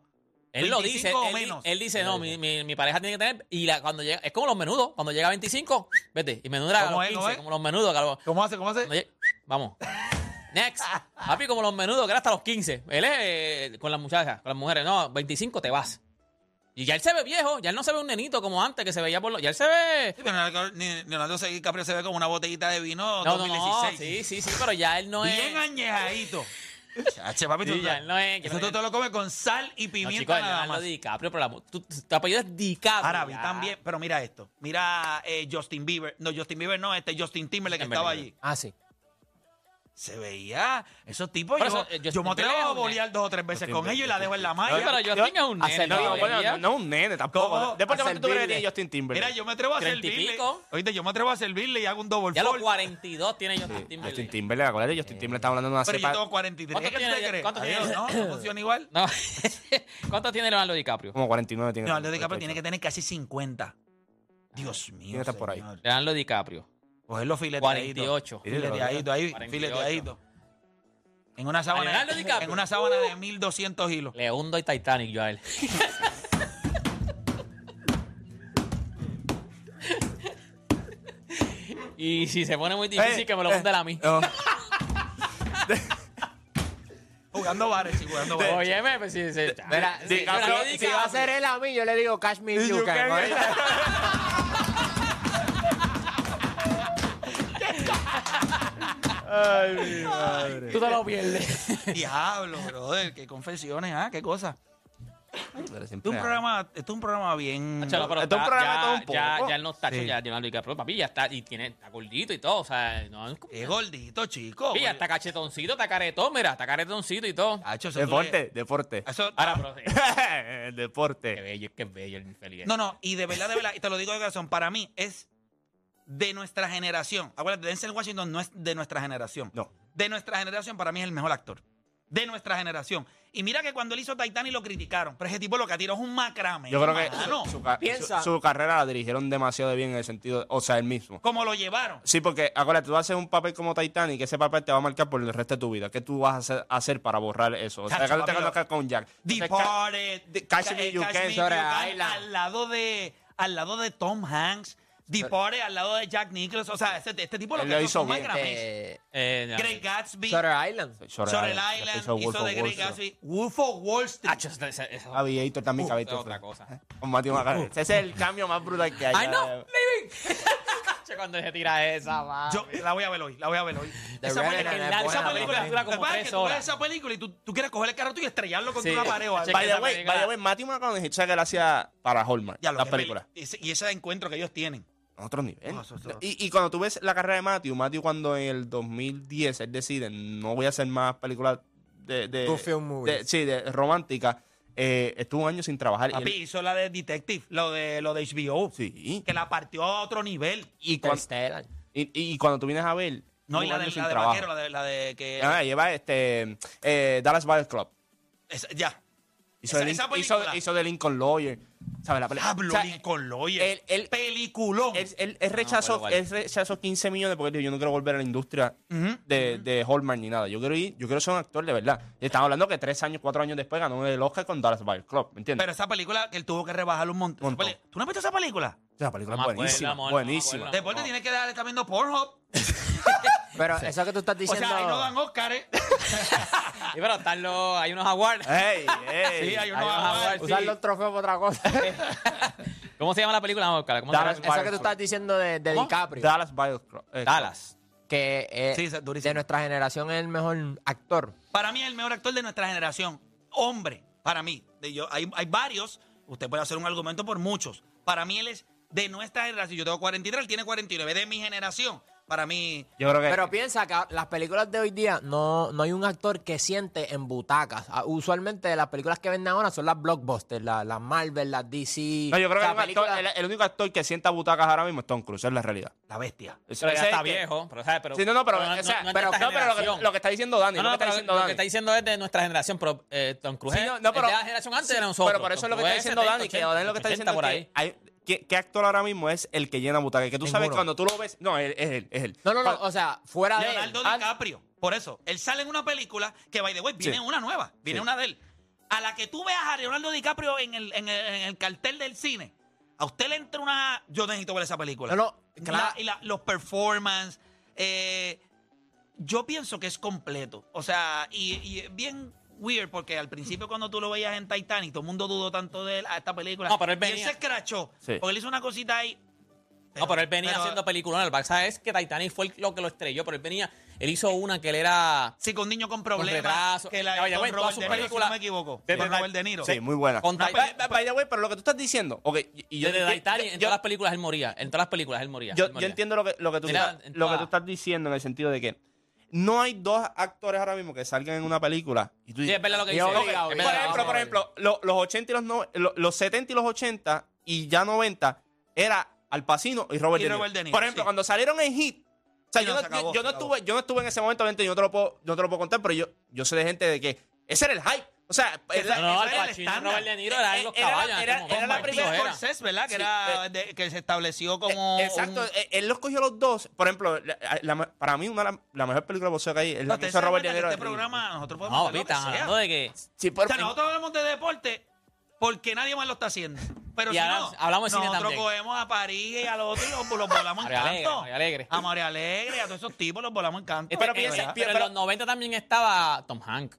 Speaker 2: Él lo dice,
Speaker 4: 25
Speaker 2: él,
Speaker 4: o
Speaker 2: di-
Speaker 4: menos.
Speaker 2: él dice, no, mi, mi, mi pareja tiene que tener, y la, cuando llega, es como los menudos, cuando llega a 25, vete, y menudo era a
Speaker 4: ¿Cómo
Speaker 2: los
Speaker 4: es, cómo
Speaker 2: 15,
Speaker 4: es?
Speaker 2: como los menudos, que a los-
Speaker 4: ¿Cómo hace? ¿Cómo hace?
Speaker 2: cuando lleg- vamos. Next. Papi, como los menudos, que era hasta los 15. Él es eh, con las muchachas, con las mujeres. No, 25 te vas. Y ya él se ve viejo, ya él no se ve un nenito como antes que se veía por los. Ya él se ve.
Speaker 4: Sí, pero Leonardo- ni- Leonardo DiCaprio se ve como una botellita de vino
Speaker 2: No, no, no.
Speaker 4: 2016.
Speaker 2: Sí, sí, sí, pero ya él no es.
Speaker 4: Bien añejadito. Chache, papi, tú,
Speaker 2: Sí, ya él no es.
Speaker 4: eso tú te lo comes con sal y
Speaker 2: No,
Speaker 4: pimienta
Speaker 2: chico, él
Speaker 4: nada
Speaker 2: Leonardo
Speaker 4: más.
Speaker 2: DiCaprio, pero la, mu- tú, tu apellido es DiCaprio.
Speaker 4: Ahora, vi
Speaker 2: ya.
Speaker 4: también, pero mira esto. Mira eh, Justin Bieber. No, Justin Bieber no, este Justin Timberlake que
Speaker 2: Timberlake.
Speaker 4: estaba allí.
Speaker 3: Ah, sí.
Speaker 4: Se veía esos tipos.
Speaker 2: Por
Speaker 4: yo
Speaker 2: eso, eh, Justin
Speaker 4: yo me atrevo
Speaker 2: Timberlake es
Speaker 4: a
Speaker 2: un
Speaker 4: bolear dos o tres veces
Speaker 5: Justin
Speaker 4: con ellos y la dejo en la malla.
Speaker 2: Sí, pero Justin es un nene.
Speaker 5: No, no, bueno,
Speaker 2: todavía.
Speaker 5: no, no un nene
Speaker 4: ¿Cómo?
Speaker 5: tampoco. Después de
Speaker 3: A
Speaker 5: cuánto tú crees que
Speaker 3: servirle.
Speaker 5: tiene Justin Timberlake.
Speaker 4: Mira, yo me atrevo a
Speaker 2: Treinta y
Speaker 4: servirle.
Speaker 2: pico.
Speaker 4: Oíste, yo me atrevo a servirle y hago un double
Speaker 2: Ya los
Speaker 4: fold.
Speaker 2: 42 tiene Justin
Speaker 5: Sí,
Speaker 2: Timberlake.
Speaker 5: Eh, Justin Timberlake, acuérdate, Justin Timberlake está hablando de una
Speaker 4: Pero yo
Speaker 5: cepa.
Speaker 4: tengo 43. ¿Qué
Speaker 2: ¿Cuántos
Speaker 4: usted
Speaker 2: tiene-
Speaker 4: cree?
Speaker 2: cuántos tiene-
Speaker 4: Adiós, No, no funciona igual.
Speaker 2: No. ¿Cuántos tiene Leonardo DiCaprio?
Speaker 5: Como 49 tiene.
Speaker 4: No, Leonardo DiCaprio tiene que tener casi 50. Dios mío.
Speaker 5: está por ahí?
Speaker 4: señor.
Speaker 2: Leonardo DiCaprio.
Speaker 4: Cogerlo fileteadito.
Speaker 2: 48.
Speaker 4: Fileteadito ahí,
Speaker 2: 48.
Speaker 4: fileteadito. En una sábana,
Speaker 2: Leonardo DiCaprio.
Speaker 4: en una sábana de 1200 hilos.
Speaker 2: Le hundo el Titanic yo a él. y si se pone muy difícil,
Speaker 5: Eh,
Speaker 2: que me lo hunde a mí.
Speaker 4: Oh.
Speaker 5: No.
Speaker 4: Jugando bares y jugando
Speaker 5: eh,
Speaker 4: bares.
Speaker 2: Óyeme, pues si se.
Speaker 3: Mira,
Speaker 2: Sí,
Speaker 3: si,
Speaker 2: DiCaprio-
Speaker 3: pero si va a ser él a mí, yo le digo Cash Me If You Can.
Speaker 5: ¿eh?
Speaker 3: ¿oíste?
Speaker 2: Tú te lo pierdes.
Speaker 4: Diablo, brother, qué confesiones, ah, qué cosa.
Speaker 5: Pero
Speaker 4: Este
Speaker 5: siempre-
Speaker 4: es un programa, este es un programa bien.
Speaker 2: Chalo, pero
Speaker 5: Esto Este es un
Speaker 2: está-
Speaker 5: programa
Speaker 2: ya,
Speaker 5: todo un poco.
Speaker 2: Ya, ya él no está,
Speaker 4: Sí.
Speaker 2: ya Leonardo DiCaprio, papi, ya está, y tiene, está gordito y todo, o sea, no es como-
Speaker 4: Es eh, gordito, chico.
Speaker 2: Papi, ya está cachetoncito, está caretón, mira, está caretoncito y todo.
Speaker 5: Ah.
Speaker 4: Hacho, eso tú
Speaker 5: Deporte, deporte.
Speaker 4: le- eso-
Speaker 2: Ahora, pero, eh,
Speaker 5: El
Speaker 2: qué
Speaker 5: deporte.
Speaker 2: bello, qué bello el infeliz.
Speaker 4: No, no, y de verdad, de verdad, y te lo digo de corazón, para mí es de nuestra generación. Acuérdate, Denzel Washington no es de nuestra generación.
Speaker 5: No.
Speaker 4: De nuestra generación, para mí es el mejor actor. De nuestra generación. Y mira que cuando él hizo Titanic lo criticaron, pero ese tipo lo que tiró es un macrame.
Speaker 5: Yo creo que
Speaker 4: hermano.
Speaker 5: su, su ca-
Speaker 3: Piensa.
Speaker 5: su- su carrera la dirigieron demasiado bien en el sentido, o sea, él mismo.
Speaker 4: Como lo llevaron.
Speaker 5: Sí, porque acuérdate, tú haces un papel como Titanic, ese papel te va a marcar por el resto de tu vida. ¿Qué tú vas a hacer, hacer para borrar eso? O sea,
Speaker 4: Chacho,
Speaker 5: que no te
Speaker 4: papi,
Speaker 5: conozcas con Jack. Entonces, ca-
Speaker 4: Departed,
Speaker 5: de- Catch
Speaker 4: Ca-
Speaker 5: Me
Speaker 4: eh,
Speaker 5: You
Speaker 4: Catch
Speaker 5: Can,
Speaker 4: Me
Speaker 3: Shutter
Speaker 4: You Can,
Speaker 3: Island.
Speaker 4: al lado de al lado de Tom Hanks, Departed al lado de Jack Nicholson, o sea, este, este tipo lo
Speaker 5: Él
Speaker 4: que
Speaker 5: lo
Speaker 4: hizo
Speaker 5: hizo
Speaker 4: fue
Speaker 5: bien.
Speaker 4: un macramé.
Speaker 3: Eh,
Speaker 2: Eh, no.
Speaker 4: Great Gatsby, Shutter
Speaker 3: Shutter Island.
Speaker 5: Shutter Island,
Speaker 4: Island,
Speaker 5: después hizo Wolf
Speaker 4: hizo
Speaker 5: of
Speaker 4: de
Speaker 5: Wall
Speaker 4: Great
Speaker 5: Street.
Speaker 4: Gatsby, Wolf of Wall Street.
Speaker 2: Hacho, eso- eso- eso-
Speaker 5: Aviator también, que
Speaker 2: eso es
Speaker 5: Aviator
Speaker 2: otra
Speaker 5: fue-
Speaker 2: cosa.
Speaker 5: con Matthew McConaughey. Ese es el cambio más brutal que hay. Eh,
Speaker 2: I know, living. Hacho, cuando se tira esa,
Speaker 5: Ah,
Speaker 2: va.
Speaker 4: Yo la voy a ver hoy, la voy a ver hoy.
Speaker 3: Revenant
Speaker 4: Esa, película-
Speaker 3: es buena
Speaker 4: esa película
Speaker 3: película.
Speaker 4: dura como
Speaker 2: Lo que pasa es que
Speaker 4: tres
Speaker 2: tú ves
Speaker 4: horas. Esa película y tú, tú quieres coger el carro y estrellarlo contra
Speaker 2: Sí.
Speaker 4: una pared o algo.
Speaker 5: By
Speaker 2: Cheque-
Speaker 5: the
Speaker 2: esa
Speaker 5: way,
Speaker 2: película-
Speaker 5: by the way, Matthew McConaughey, ¿sabes que él hacía para Hallmark?
Speaker 4: Ya, lo
Speaker 5: las
Speaker 4: que-
Speaker 5: películas.
Speaker 4: ese- Y ese encuentro que ellos tienen.
Speaker 5: A otro nivel.
Speaker 4: No, eso- eso-
Speaker 5: y, y cuando tú ves la carrera de Matthew, Matthew cuando en el 2010 él decide, no voy a hacer más películas de... de
Speaker 3: Goofy on movies.
Speaker 5: de- sí, de romántica, eh, estuvo un año sin trabajar.
Speaker 4: Papi,
Speaker 5: y, él-
Speaker 4: hizo la de Detective, lo de, lo de HBO.
Speaker 5: sí.
Speaker 4: Que la partió a otro nivel.
Speaker 5: Y, cuan-
Speaker 3: Interstellar.
Speaker 5: y, y cuando tú vienes a ver...
Speaker 4: No,
Speaker 5: un
Speaker 4: y la
Speaker 5: año
Speaker 4: de,
Speaker 5: sin
Speaker 4: la de
Speaker 5: trabajo.
Speaker 4: vaquero, la de, la de que.
Speaker 5: Ah, lleva este eh, Dallas Buyers Club.
Speaker 4: esa- ya.
Speaker 5: Hizo,
Speaker 4: Esa-
Speaker 5: de,
Speaker 4: esa
Speaker 5: Lin- hizo,
Speaker 4: película.
Speaker 5: hizo de Lincoln Lawyer. ¿Sabes? La película.
Speaker 4: Pablo
Speaker 5: O sea,
Speaker 4: Lincoln Ah, Lawyer.
Speaker 5: él- él-
Speaker 4: peliculón.
Speaker 5: Él, él- él rechazó,
Speaker 2: bueno, vale.
Speaker 5: él rechazó 15 millones porque dijo, yo no quiero volver a la industria de, de Hallmark ni nada. Yo quiero ir, yo quiero ser un actor de verdad. Y estamos hablando que tres años, cuatro años después ganó el Oscar con Dallas Buyers Club, ¿me entiendes?
Speaker 4: pero esa película que él tuvo que rebajar un montón.
Speaker 5: Montón.
Speaker 4: Esa peli- ¿Tú no has visto esa película?
Speaker 5: Esa película
Speaker 2: No me
Speaker 5: es
Speaker 2: acuerdo,
Speaker 5: buenísima,
Speaker 2: amor, no me
Speaker 5: buenísima.
Speaker 2: acuerdo.
Speaker 4: Después te tienes que dejar, está viendo Pornhub.
Speaker 3: Pero eso que tú estás
Speaker 4: O
Speaker 3: diciendo.
Speaker 4: sea, ahí no dan ¿eh? Oscars.
Speaker 5: ah.
Speaker 2: Sí, pero están los, hay unos awards.
Speaker 5: ¡Ey, ey!
Speaker 4: Sí, hay unos
Speaker 2: Hay unos
Speaker 4: awards.
Speaker 2: awards.
Speaker 3: Usar
Speaker 2: sí.
Speaker 3: los trofeos para otra cosa.
Speaker 2: ¿Cómo se llama la película? Vamos a buscarla. ¿Cómo
Speaker 5: Dallas
Speaker 2: se llama?
Speaker 3: eso que tú estás diciendo de, de
Speaker 5: ¿Cómo?
Speaker 3: DiCaprio.
Speaker 5: Dallas Buyers Club. eh,
Speaker 2: Dallas.
Speaker 3: que eh,
Speaker 4: Sí, esa es durísima.
Speaker 3: de nuestra generación es el mejor actor.
Speaker 4: Para mí es el mejor actor de nuestra generación. Hombre, para mí. De yo, hay, hay varios. Usted puede hacer un argumento por muchos. Para mí él es de nuestra generación. Yo tengo 43, él tiene 49. De mi generación. Para mí...
Speaker 5: Yo creo que...
Speaker 3: Pero piensa que ah, las películas de hoy día no, no hay un actor que siente en butacas. Ah, Usualmente las películas que venden ahora son las blockbusters, la- las Marvel, las DC.
Speaker 5: no, yo creo
Speaker 3: O sea,
Speaker 5: que el, actor-
Speaker 3: películas-
Speaker 5: el- el único actor que sienta butacas ahora mismo es Tom Cruise, es la realidad.
Speaker 4: La bestia.
Speaker 5: Ese-
Speaker 2: Pero ya
Speaker 5: ese es
Speaker 2: está
Speaker 5: el que-
Speaker 2: viejo. Pero, ¿sabes? Pero,
Speaker 5: Sí, no, no, pero,
Speaker 2: no-
Speaker 5: o sea,
Speaker 2: no- no es de
Speaker 5: pero,
Speaker 2: esta
Speaker 5: no, pero lo,
Speaker 2: generación.
Speaker 5: que, lo que está diciendo Dani,
Speaker 2: No,
Speaker 5: lo
Speaker 2: no,
Speaker 5: que está
Speaker 2: pero
Speaker 5: diciendo
Speaker 2: lo
Speaker 5: Dani.
Speaker 2: que está diciendo es de nuestra generación, pero eh, Tom Cruise
Speaker 5: Sí,
Speaker 2: es-
Speaker 5: no, no, pero-
Speaker 2: es de la generación antes
Speaker 5: sí,
Speaker 2: de nosotros.
Speaker 5: Pero por eso es lo que está diciendo Dani, que Dani lo que está diciendo
Speaker 2: por
Speaker 5: es que
Speaker 2: ahí.
Speaker 5: hay- ¿qué, qué actor ahora mismo es el que llena butaca? Que tú sabes
Speaker 3: Ninguno.
Speaker 5: cuando tú lo ves. No, él- es él, es él.
Speaker 3: no, oh, no, no, o sea, fuera de. él.
Speaker 4: Leonardo
Speaker 3: Ah,
Speaker 4: DiCaprio. Por eso, él sale en una película que, by the way, viene
Speaker 5: Sí.
Speaker 4: una nueva, viene
Speaker 5: Sí.
Speaker 4: una de él. A la que tú veas a Leonardo DiCaprio en el, en el, en el cartel del cine, a usted le entra una... Yo necesito ver esa película.
Speaker 3: No, no,
Speaker 4: La-
Speaker 3: claro.
Speaker 4: y la- los performances, eh, yo pienso que es completo. O sea, y, y es bien weird porque al principio cuando tú lo veías en Titanic, todo el mundo dudó tanto de él a esta película.
Speaker 2: No, pero él
Speaker 4: Y él
Speaker 2: venía-
Speaker 4: se escrachó.
Speaker 5: Sí.
Speaker 4: Porque él hizo una cosita ahí.
Speaker 2: no, pero él venía
Speaker 4: pero-
Speaker 2: haciendo películas. El Barça es que Titanic fue el- lo que lo estrelló, pero él venía, él hizo una que él era
Speaker 4: Sí, con un niño con problemas.
Speaker 2: retraso.
Speaker 4: Que la,
Speaker 2: Ya, ya,
Speaker 4: con
Speaker 2: bueno, toda
Speaker 4: Robert
Speaker 2: su
Speaker 4: De Niro,
Speaker 2: película-
Speaker 4: si no me equivoco.
Speaker 2: Desde
Speaker 4: con
Speaker 2: la-
Speaker 4: Robert De Niro.
Speaker 5: Sí, muy buena.
Speaker 2: Con
Speaker 5: No,
Speaker 2: Titan-
Speaker 5: by- by- by the way, pero lo que tú estás diciendo. ok, y- y yo,
Speaker 2: desde
Speaker 5: yo-
Speaker 2: Titanic, en
Speaker 5: yo-
Speaker 2: todas las películas él moría, en todas las películas él moría.
Speaker 5: yo-
Speaker 2: él
Speaker 5: yo
Speaker 2: moría.
Speaker 5: entiendo lo que, lo, que tú
Speaker 2: Mira,
Speaker 5: estás,
Speaker 2: en
Speaker 5: lo que tú
Speaker 2: todas.
Speaker 5: estás diciendo en el sentido de que no hay dos actores ahora mismo que salgan en una película y tú
Speaker 2: Sí,
Speaker 5: dices,
Speaker 2: es verdad lo que
Speaker 3: Yo
Speaker 2: dice.
Speaker 5: Ok,
Speaker 3: obligado,
Speaker 2: Es
Speaker 5: por
Speaker 2: verdad, vamos
Speaker 5: ejemplo,
Speaker 2: a
Speaker 5: por
Speaker 2: ver.
Speaker 5: ejemplo, lo- los 80 y los, no- lo- los 70 y los 80 y ya 90 era Al Pacino y Robert,
Speaker 4: Y
Speaker 5: De, Niro.
Speaker 4: Robert De Niro,
Speaker 5: Por
Speaker 4: sí.
Speaker 5: ejemplo, cuando salieron en Hit, o sea,
Speaker 4: Sí, no,
Speaker 5: yo, no,
Speaker 4: se acabó,
Speaker 5: yo- yo
Speaker 4: se
Speaker 5: no
Speaker 4: acabó.
Speaker 5: estuve, yo no estuve en ese momento, obviamente, yo no te lo puedo, yo no te lo puedo contar, pero yo, yo sé de gente de que ese era el hype. O sea, era-
Speaker 2: No, no,
Speaker 5: ese
Speaker 2: Al
Speaker 5: era el
Speaker 2: Pacino,
Speaker 5: estándar.
Speaker 2: Robert De Niro eran
Speaker 5: Eh,
Speaker 2: los
Speaker 5: era-
Speaker 2: caballos en
Speaker 5: era-
Speaker 2: aquel
Speaker 5: era la
Speaker 2: momento,
Speaker 5: primera
Speaker 2: era.
Speaker 4: Scorsese, ¿verdad? Que,
Speaker 5: Sí,
Speaker 4: era de- que se estableció como.
Speaker 5: Eh, Exacto,
Speaker 4: un-
Speaker 5: eh, él los cogió los dos. Por ejemplo, la- la- para mí una, la, la mejor película de boxeo que hay es la que
Speaker 4: Ustedes
Speaker 5: hizo
Speaker 4: se dan
Speaker 5: Robert
Speaker 4: cuenta
Speaker 5: De
Speaker 4: que
Speaker 5: Niro.
Speaker 4: Este
Speaker 5: en Ring.
Speaker 4: programa, nosotros podemos
Speaker 2: No,
Speaker 4: hacer
Speaker 2: papi,
Speaker 4: lo que
Speaker 2: estás
Speaker 4: sea.
Speaker 2: hablando de que.
Speaker 5: Sí, por-
Speaker 4: O sea, nosotros hablamos de deporte porque nadie más lo está haciendo. Pero
Speaker 2: Y
Speaker 4: si
Speaker 2: ahora
Speaker 4: no,
Speaker 2: hablamos de cine
Speaker 4: nosotros
Speaker 2: también.
Speaker 4: cogemos a París y a los otros y los, los volamos en
Speaker 2: María Alegre,
Speaker 4: canto.
Speaker 2: María Alegre.
Speaker 4: A María Alegre, a todos esos tipos los volamos en canto.
Speaker 5: Pero
Speaker 2: Eh,
Speaker 5: piensa-
Speaker 2: ¿verdad?
Speaker 5: piensa-
Speaker 2: pero en los 90 también estaba Tom Hanks.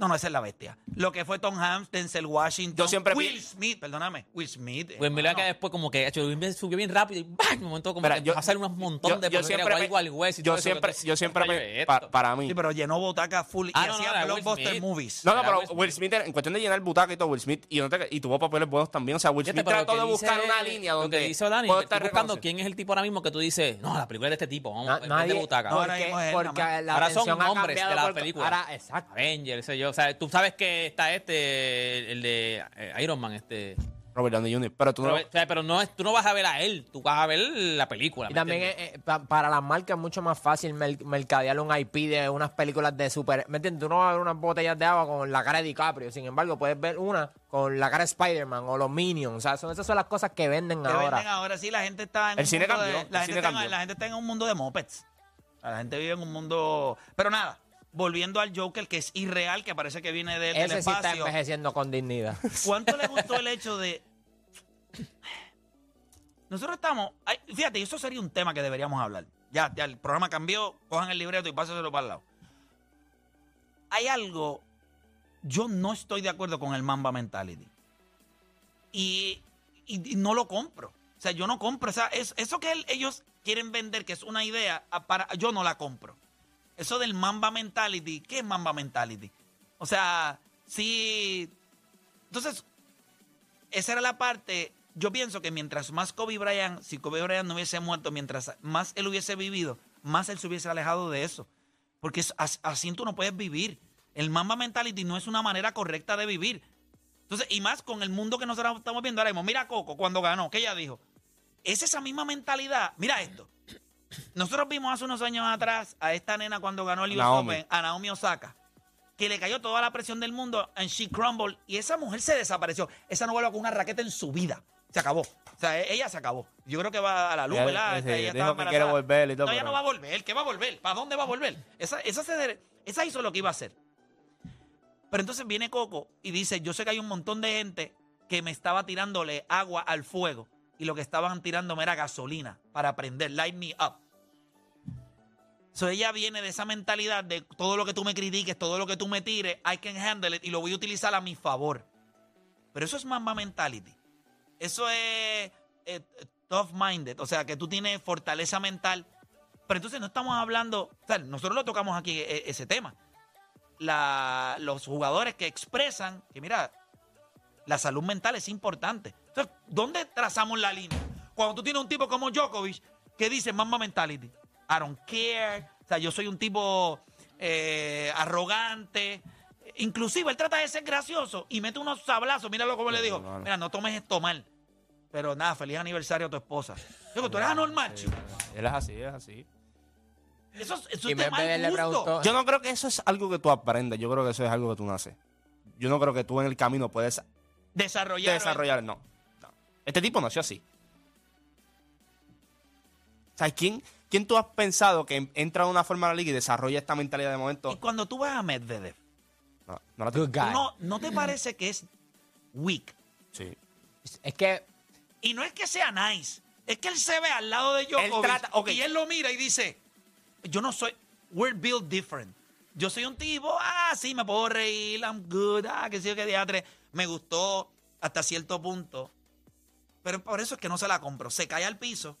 Speaker 4: No, no, esa es la bestia. Lo que fue Tom Hanks, Denzel Washington,
Speaker 5: Yo siempre pi-
Speaker 4: Will Smith, perdóname, Will Smith.
Speaker 2: Pues me lo que
Speaker 4: hermano.
Speaker 2: después como que hecho, bien- subió bien rápido y ¡bam! En un momento como
Speaker 5: Mira,
Speaker 2: que empezó a hacer un montón de
Speaker 5: yo siempre
Speaker 2: porquerías,
Speaker 5: pe-
Speaker 2: igual, igual, y todo
Speaker 5: yo
Speaker 2: eso,
Speaker 5: siempre,
Speaker 2: que tú-
Speaker 5: yo siempre
Speaker 2: Oye,
Speaker 5: pe-
Speaker 2: esto.
Speaker 5: pa- para mí.
Speaker 4: Sí, pero llenó botaca full
Speaker 2: Ah,
Speaker 4: y
Speaker 2: no, no,
Speaker 4: hacía
Speaker 2: era Will
Speaker 4: blockbuster
Speaker 2: Smith.
Speaker 4: movies.
Speaker 5: No, no,
Speaker 2: Era
Speaker 5: pero
Speaker 2: Will Smith.
Speaker 5: Will Smith, era- en cuestión de llenar el butaca y todo, Will Smith, y, no te- y tuvo papeles buenos también. O sea, Will
Speaker 2: Fíjate,
Speaker 5: Smith
Speaker 2: pero lo
Speaker 5: trató
Speaker 2: que
Speaker 5: de
Speaker 2: dice-
Speaker 5: buscar una línea
Speaker 2: lo
Speaker 5: donde
Speaker 2: que hizo Dani,
Speaker 5: puedo
Speaker 2: estoy
Speaker 5: estar
Speaker 2: buscando
Speaker 5: reconocido.
Speaker 2: quién es el tipo ahora mismo que tú dices, no, la película es de este tipo, vamos,
Speaker 3: Na-
Speaker 2: es
Speaker 3: nadie-
Speaker 2: de butaca.
Speaker 4: No,
Speaker 2: Ahora,
Speaker 4: ahora
Speaker 3: porque,
Speaker 4: mismo es él,
Speaker 3: porque
Speaker 4: nada
Speaker 3: la
Speaker 2: son
Speaker 3: atención ha
Speaker 2: nombres de
Speaker 3: cambiado
Speaker 2: la
Speaker 3: por-
Speaker 2: película.
Speaker 3: Ahora, exacto.
Speaker 2: Avengers, sé yo, o sea, tú sabes que está este el de eh, Iron Man, este
Speaker 5: Robert Downey Jr., pero tú no.
Speaker 2: pero, o sea, pero no es, tú no vas a ver a él, tú vas a ver la película.
Speaker 3: Y
Speaker 2: ¿me
Speaker 3: también
Speaker 2: entiendes?
Speaker 3: eh, eh, pa- para las marcas es mucho más fácil mer- mercadear un IP de unas películas de super. ¿Me entiendes? Tú no vas a ver unas botellas de agua con la cara de DiCaprio. Sin embargo, puedes ver una con la cara de Spider-Man o los Minions. O sea, son, esas son las cosas que venden
Speaker 4: Te
Speaker 3: ahora.
Speaker 4: venden ahora sí, la gente está en
Speaker 5: El
Speaker 4: un
Speaker 5: cine
Speaker 4: mundo de-
Speaker 5: cambió,
Speaker 4: la,
Speaker 5: el
Speaker 4: gente
Speaker 5: cine
Speaker 4: está en-
Speaker 5: cambió.
Speaker 4: la gente está en un mundo de mopeds. La gente vive en un mundo. Pero nada, volviendo al Joker, que es irreal, que parece que viene de- del
Speaker 3: Ese sí está
Speaker 4: espacio.
Speaker 3: envejeciendo con dignidad.
Speaker 4: ¿Cuánto le gustó el hecho de.? Nosotros estamos. ay, Fíjate, eso sería un tema que deberíamos hablar. Ya, ya el programa cambió, cojan el libreto y pásaselo para el lado. Hay algo. Yo no estoy de acuerdo con el Mamba Mentality. Y, y- y no lo compro. O sea, yo no compro. O sea, es- eso que el- ellos quieren vender, que es una idea, a- para, yo no la compro. Eso del Mamba Mentality, ¿qué es Mamba Mentality? O sea, sí. Entonces, esa era la parte. Yo pienso que mientras más Kobe Bryant, si Kobe Bryant no hubiese muerto, mientras más él hubiese vivido, más él se hubiese alejado de eso. Porque es- as- así tú no puedes vivir. El Mamba Mentality no es una manera correcta de vivir. Entonces, y más con el mundo que nosotros estamos viendo ahora mismo. Mira a Coco cuando ganó, que ella dijo. Es esa misma mentalidad. Mira esto. Nosotros vimos hace unos años atrás a esta nena cuando ganó el US
Speaker 5: Naomi.
Speaker 4: Open, a Naomi Osaka, que le cayó toda la presión del mundo en She Crumble y esa mujer se desapareció. Esa no vuelve con una raqueta en su vida. Se acabó. O sea, e- ella se acabó. Yo creo que va a la luz,
Speaker 5: Ella-
Speaker 4: ¿verdad?
Speaker 5: sí,
Speaker 4: Esta- ella
Speaker 5: dijo
Speaker 4: estaba
Speaker 5: que
Speaker 4: embarazada.
Speaker 5: quiere volver y todo,
Speaker 4: No, ella
Speaker 5: pero-
Speaker 4: no va a volver. ¿Qué va a volver? ¿Para dónde va a volver? Esa, esa, se de- esa hizo lo que iba a hacer. Pero entonces viene Coco y dice, yo sé que hay un montón de gente que me estaba tirándole agua al fuego y lo que estaban tirándome era gasolina para prender, light me up. So ella viene de esa mentalidad de todo lo que tú me critiques, todo lo que tú me tires, I can handle it y lo voy a utilizar a mi favor. Pero eso es mamba mentality. Eso es eh, tough minded, o sea, que tú tienes fortaleza mental. Pero entonces no estamos hablando, o sea, nosotros lo tocamos aquí e- ese tema la- los jugadores que expresan que, mira, la salud mental es importante. Entonces, ¿dónde trazamos la línea? Cuando tú tienes un tipo como Djokovic que dice mamba mentality, I don't care, o sea, yo soy un tipo eh, arrogante. Inclusive él trata de ser gracioso y mete unos sablazos. Míralo como le dijo, mira, no tomes esto mal. Pero nada, feliz aniversario a tu esposa. Digo, tú eres anormal, chico.
Speaker 5: Él es así, es así.
Speaker 4: Eso, es- eso
Speaker 3: Y
Speaker 4: es de
Speaker 3: Mayweather le
Speaker 4: mal gusto.
Speaker 3: preguntó-
Speaker 5: Yo no creo que eso es algo que tú aprendas. Yo creo que eso es algo que tú naces. Yo no creo que tú en el camino puedes
Speaker 4: Desarrollar.
Speaker 5: desarrollar. No. no. Este tipo nació así. ¿Sabes quién? ¿Quién tú has pensado que entra de una forma a la liga y desarrolla esta mentalidad de
Speaker 4: Y
Speaker 5: momento?
Speaker 4: cuando tú vas a Medvedev,
Speaker 5: No, no la
Speaker 3: Good
Speaker 5: tengo.
Speaker 3: guy.
Speaker 4: No, ¿no te parece que es weak?
Speaker 5: Sí.
Speaker 3: Es que
Speaker 4: Y no es que sea nice, es que él se ve al lado de
Speaker 5: Él
Speaker 4: Djokovic
Speaker 5: trata- ok.
Speaker 4: y él lo mira y dice, yo no soy, we're built different. Yo soy un tipo, ah, sí, me puedo reír, I'm good, ah, que sí, que diatre. Me gustó hasta cierto punto. Pero por eso es que no se la compro. Se cae al piso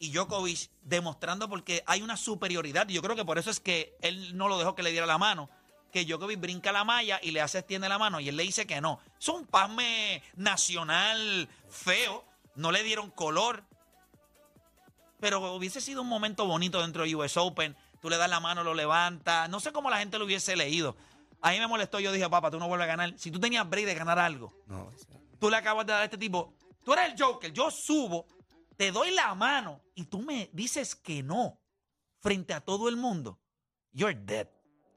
Speaker 4: y Djokovic demostrando porque hay una superioridad. Yo creo que por eso es que él no lo dejó que le diera la mano. Que Djokovic brinca la malla y le hace extiende la mano y él le dice que no. Es un pasme nacional feo. No le dieron color. Pero hubiese sido un momento bonito dentro de US Open. Tú le das la mano, lo levantas. No sé cómo la gente lo hubiese leído. A mí me molestó. Yo dije, papá, tú no vuelves a ganar. Si tú tenías break de ganar algo,
Speaker 5: No, o sea,
Speaker 4: tú le acabas de dar a este tipo. Tú eres el Joker. Yo subo, te doy la mano y tú me dices que no frente a todo el mundo. You're dead.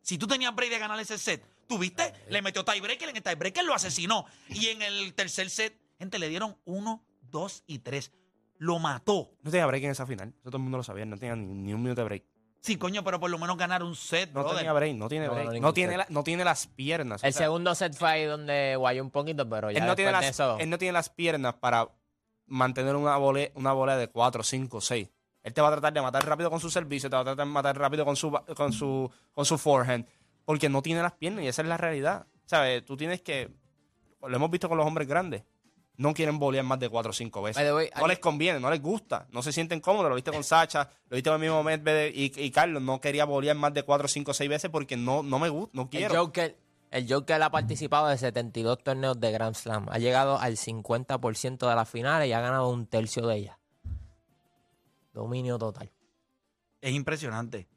Speaker 4: Si tú tenías break de ganar ese set, tuviste, le metió tiebreaker, en el tiebreaker lo asesinó. Y en el tercer set, gente, le dieron uno, dos y tres. Lo mató.
Speaker 5: no tenía break en esa final. Eso todo el mundo lo sabía. No tenía ni, ni un minuto de break.
Speaker 4: Sí, coño, pero por lo menos ganar un set,
Speaker 5: No
Speaker 4: brother.
Speaker 5: tenía break, no tiene
Speaker 3: No, no,
Speaker 5: break. No,
Speaker 3: ningún
Speaker 5: tiene,
Speaker 3: set.
Speaker 5: la- no tiene las piernas. o
Speaker 3: El
Speaker 5: sea,
Speaker 3: segundo set fue ahí donde guayó un poquito, pero ya
Speaker 5: él, no tiene
Speaker 3: después de
Speaker 5: las,
Speaker 3: eso...
Speaker 5: él no tiene las piernas para mantener una bola una volea de 4, 5, 6. Él te va a tratar de matar rápido con su servicio, te va a tratar de matar rápido con su, ba- con su, con su forehand, porque no tiene las piernas y esa es la realidad. ¿Sabes? Tú tienes que. Lo hemos visto con los hombres grandes. No quieren bolear más de 4 o 5 veces.
Speaker 3: By the way,
Speaker 5: no
Speaker 3: hay-
Speaker 5: les conviene, no les gusta. No se sienten cómodos. Lo viste con Sacha, lo viste con el mismo Medvedev y, y Carlos. No quería bolear más de 4, 5, 6 veces porque no, no me gusta, no
Speaker 3: El
Speaker 5: quiero.
Speaker 3: Joker, el Joker ha participado de 72 torneos de Grand Slam. Ha llegado al 50% de las finales y ha ganado un tercio de ellas. Dominio total.
Speaker 4: Es impresionante.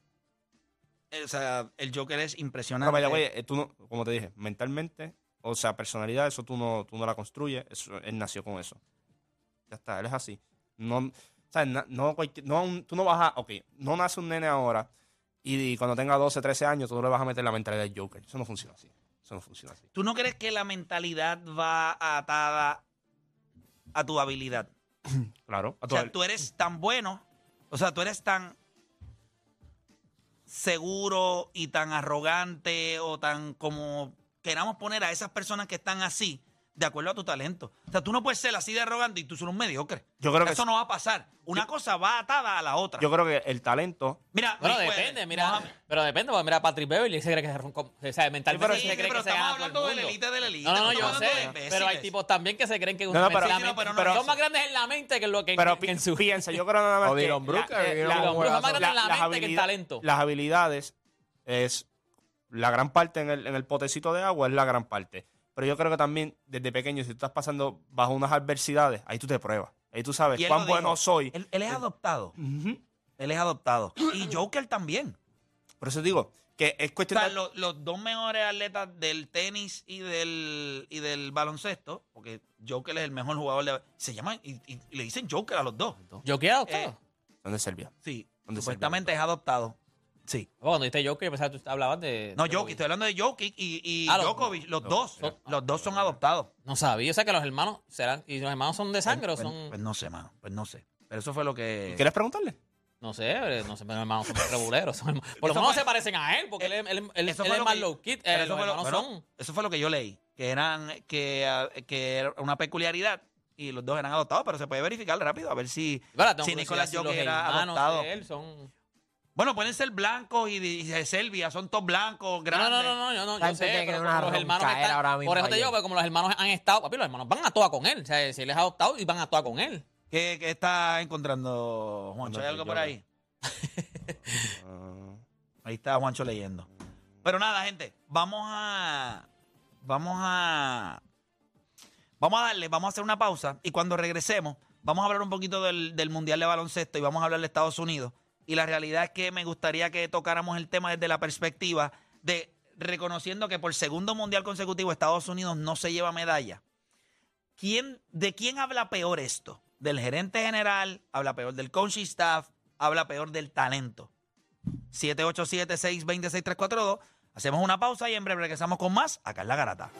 Speaker 4: Eh, O sea, el Joker es
Speaker 5: No,
Speaker 4: impresionante.
Speaker 5: by the way, eh, tú no, como te dije, mentalmente, o sea, personalidad, eso tú no, tú no la construyes, eso- él nació con eso. Ya está, él es así. No, o sea, na- no, cualquier- no un- tú no vas a, ok, no nace un nene ahora y, cuando tenga 12, 13 años tú no le vas a meter la mentalidad del Joker. Eso no funciona así. Eso no funciona así.
Speaker 4: ¿Tú no crees que la mentalidad va atada a tu habilidad?
Speaker 5: Claro. a
Speaker 4: O
Speaker 5: tu
Speaker 4: sea,
Speaker 5: habil-
Speaker 4: tú eres tan bueno, o sea, tú eres tan seguro y tan arrogante o tan como queramos poner a esas personas que están así, de acuerdo a tu talento. O sea, tú no puedes ser así de arrogante y tú ser un mediocre.
Speaker 5: Yo creo que
Speaker 4: Eso
Speaker 5: sí.
Speaker 4: no va a pasar. Una cosa va atada a la otra.
Speaker 5: Yo creo que el talento
Speaker 4: mira, pues,
Speaker 7: Bueno,
Speaker 4: Mayweather,
Speaker 7: depende, mira.
Speaker 4: Mohamed-
Speaker 7: Pero depende, porque mira, Patrick Beverly se cree que se roncó- o sea, mentalmente
Speaker 4: Sí,
Speaker 7: se cree
Speaker 4: pero
Speaker 7: que se
Speaker 4: estamos
Speaker 7: gana
Speaker 4: hablando
Speaker 7: todo
Speaker 4: de
Speaker 7: el
Speaker 4: la
Speaker 7: mundo.
Speaker 4: elite de la elite.
Speaker 7: No, no, no,
Speaker 4: Estamos
Speaker 7: yo
Speaker 4: hablando de
Speaker 7: sé.
Speaker 4: imbéciles.
Speaker 7: Pero hay tipos también que se creen que
Speaker 5: no, pero-
Speaker 7: mentalmente-
Speaker 5: Sí,
Speaker 4: no, pero no, no.
Speaker 7: son más grandes en la mente que lo que en,
Speaker 5: Pero
Speaker 7: que en
Speaker 5: pi-
Speaker 7: su
Speaker 5: piensa, yo creo nada más
Speaker 3: O
Speaker 5: que
Speaker 3: Dylan Brooke,
Speaker 5: la-
Speaker 3: que
Speaker 5: eh,
Speaker 3: vieron
Speaker 5: la-
Speaker 3: un
Speaker 5: la-
Speaker 3: juegazo.
Speaker 7: Más grande la
Speaker 5: las
Speaker 7: mente que el
Speaker 5: habilida-
Speaker 7: talento.
Speaker 5: Las habilidades es la gran parte en el, en el potecito de agua es la gran parte. Pero yo creo que también desde pequeño si tú estás pasando bajo unas adversidades, ahí tú te pruebas. Ahí tú sabes
Speaker 4: Y él
Speaker 5: pues, cuán
Speaker 4: lo dijo.
Speaker 5: bueno soy. Eh,
Speaker 4: Él, él es adoptado.
Speaker 5: Ujú.
Speaker 4: Él es adoptado. Y Joker también.
Speaker 5: Por eso digo que es
Speaker 4: O
Speaker 5: cuestión
Speaker 4: sea,
Speaker 5: de-
Speaker 4: lo- los dos mejores atletas del tenis y del, y del baloncesto, porque Joker es el mejor jugador de. Se llaman y, y- y le dicen Joker a los dos.
Speaker 7: Yo quedé adoptado.
Speaker 4: Eh,
Speaker 5: ¿Dónde Serbia?
Speaker 4: Sí,
Speaker 5: ¿Dónde es el
Speaker 4: supuestamente es adoptado. Sí.
Speaker 7: Oh, Cuando dijiste Joker, yo pensaba que tú hablabas de.
Speaker 4: No,
Speaker 7: de
Speaker 4: Jokic, estoy hablando de Jokic y, y
Speaker 7: Ah, los-
Speaker 4: Djokovic, los,
Speaker 5: no,
Speaker 4: dos.
Speaker 5: no,
Speaker 4: los dos son adoptados.
Speaker 7: No sabía, o sea que los hermanos serán. Y los hermanos son de sangre o
Speaker 4: Pues-
Speaker 7: son.
Speaker 4: Pues no sé, mano. Pues no sé. Pero eso fue lo que.
Speaker 5: ¿Quieres preguntarle?
Speaker 7: No sé, eh, no sé, pero los hermanos son rebuleros. son hermanos- Por lo
Speaker 4: Eso
Speaker 7: menos
Speaker 4: fue-
Speaker 7: se parecen a él, porque él, él- él- él
Speaker 4: eso fue
Speaker 7: es
Speaker 4: lo
Speaker 7: más
Speaker 4: que-
Speaker 7: low kid. eh,
Speaker 4: Pero
Speaker 7: los
Speaker 4: eso, fue lo,
Speaker 7: hermanos
Speaker 4: bueno,
Speaker 7: son.
Speaker 4: eso fue lo que yo leí, que eran que, ah, que era una peculiaridad y los dos eran adoptados, pero se puede verificar rápido a ver si
Speaker 7: Ahora tengo
Speaker 4: si
Speaker 7: curiosidad
Speaker 4: Nicolás
Speaker 7: si los
Speaker 4: Jokic era
Speaker 7: hermanos
Speaker 4: adoptado.
Speaker 7: de él son.
Speaker 4: Bueno, pueden ser blancos y, de- y de Serbia, son todos blancos,
Speaker 7: No,
Speaker 4: grandes.
Speaker 7: no, no, no, yo no,
Speaker 3: La
Speaker 7: yo
Speaker 3: gente
Speaker 7: sé,
Speaker 3: tiene que
Speaker 7: pero
Speaker 3: tener una
Speaker 7: como los hermanos
Speaker 3: roncaera
Speaker 7: están,
Speaker 3: ahora mismo
Speaker 7: por eso te
Speaker 3: ayer.
Speaker 7: digo, porque como los hermanos han estado, papi, los hermanos van a toda con él, o sea, si él es adoptado y van a toda con él.
Speaker 4: ¿Qué, qué está encontrando Juancho? ¿Hay
Speaker 5: Andate,
Speaker 4: algo por
Speaker 5: Joker.
Speaker 4: ahí?
Speaker 5: Ah,
Speaker 4: Ahí está Juancho leyendo. Pero nada, gente, vamos a. Vamos a. Vamos a darle, vamos a hacer una pausa y cuando regresemos, vamos a hablar un poquito del, del Mundial de Baloncesto y vamos a hablar de Estados Unidos. Y la realidad es que me gustaría que tocáramos el tema desde la perspectiva de reconociendo que por segundo mundial consecutivo Estados Unidos no se lleva medalla. ¿Quién, ¿De quién habla peor esto? ¿Del gerente general? ¿Habla peor del coaching staff? ¿Habla peor del talento? 787-620-6342. Hacemos una pausa y en breve regresamos con más acá en La Garata.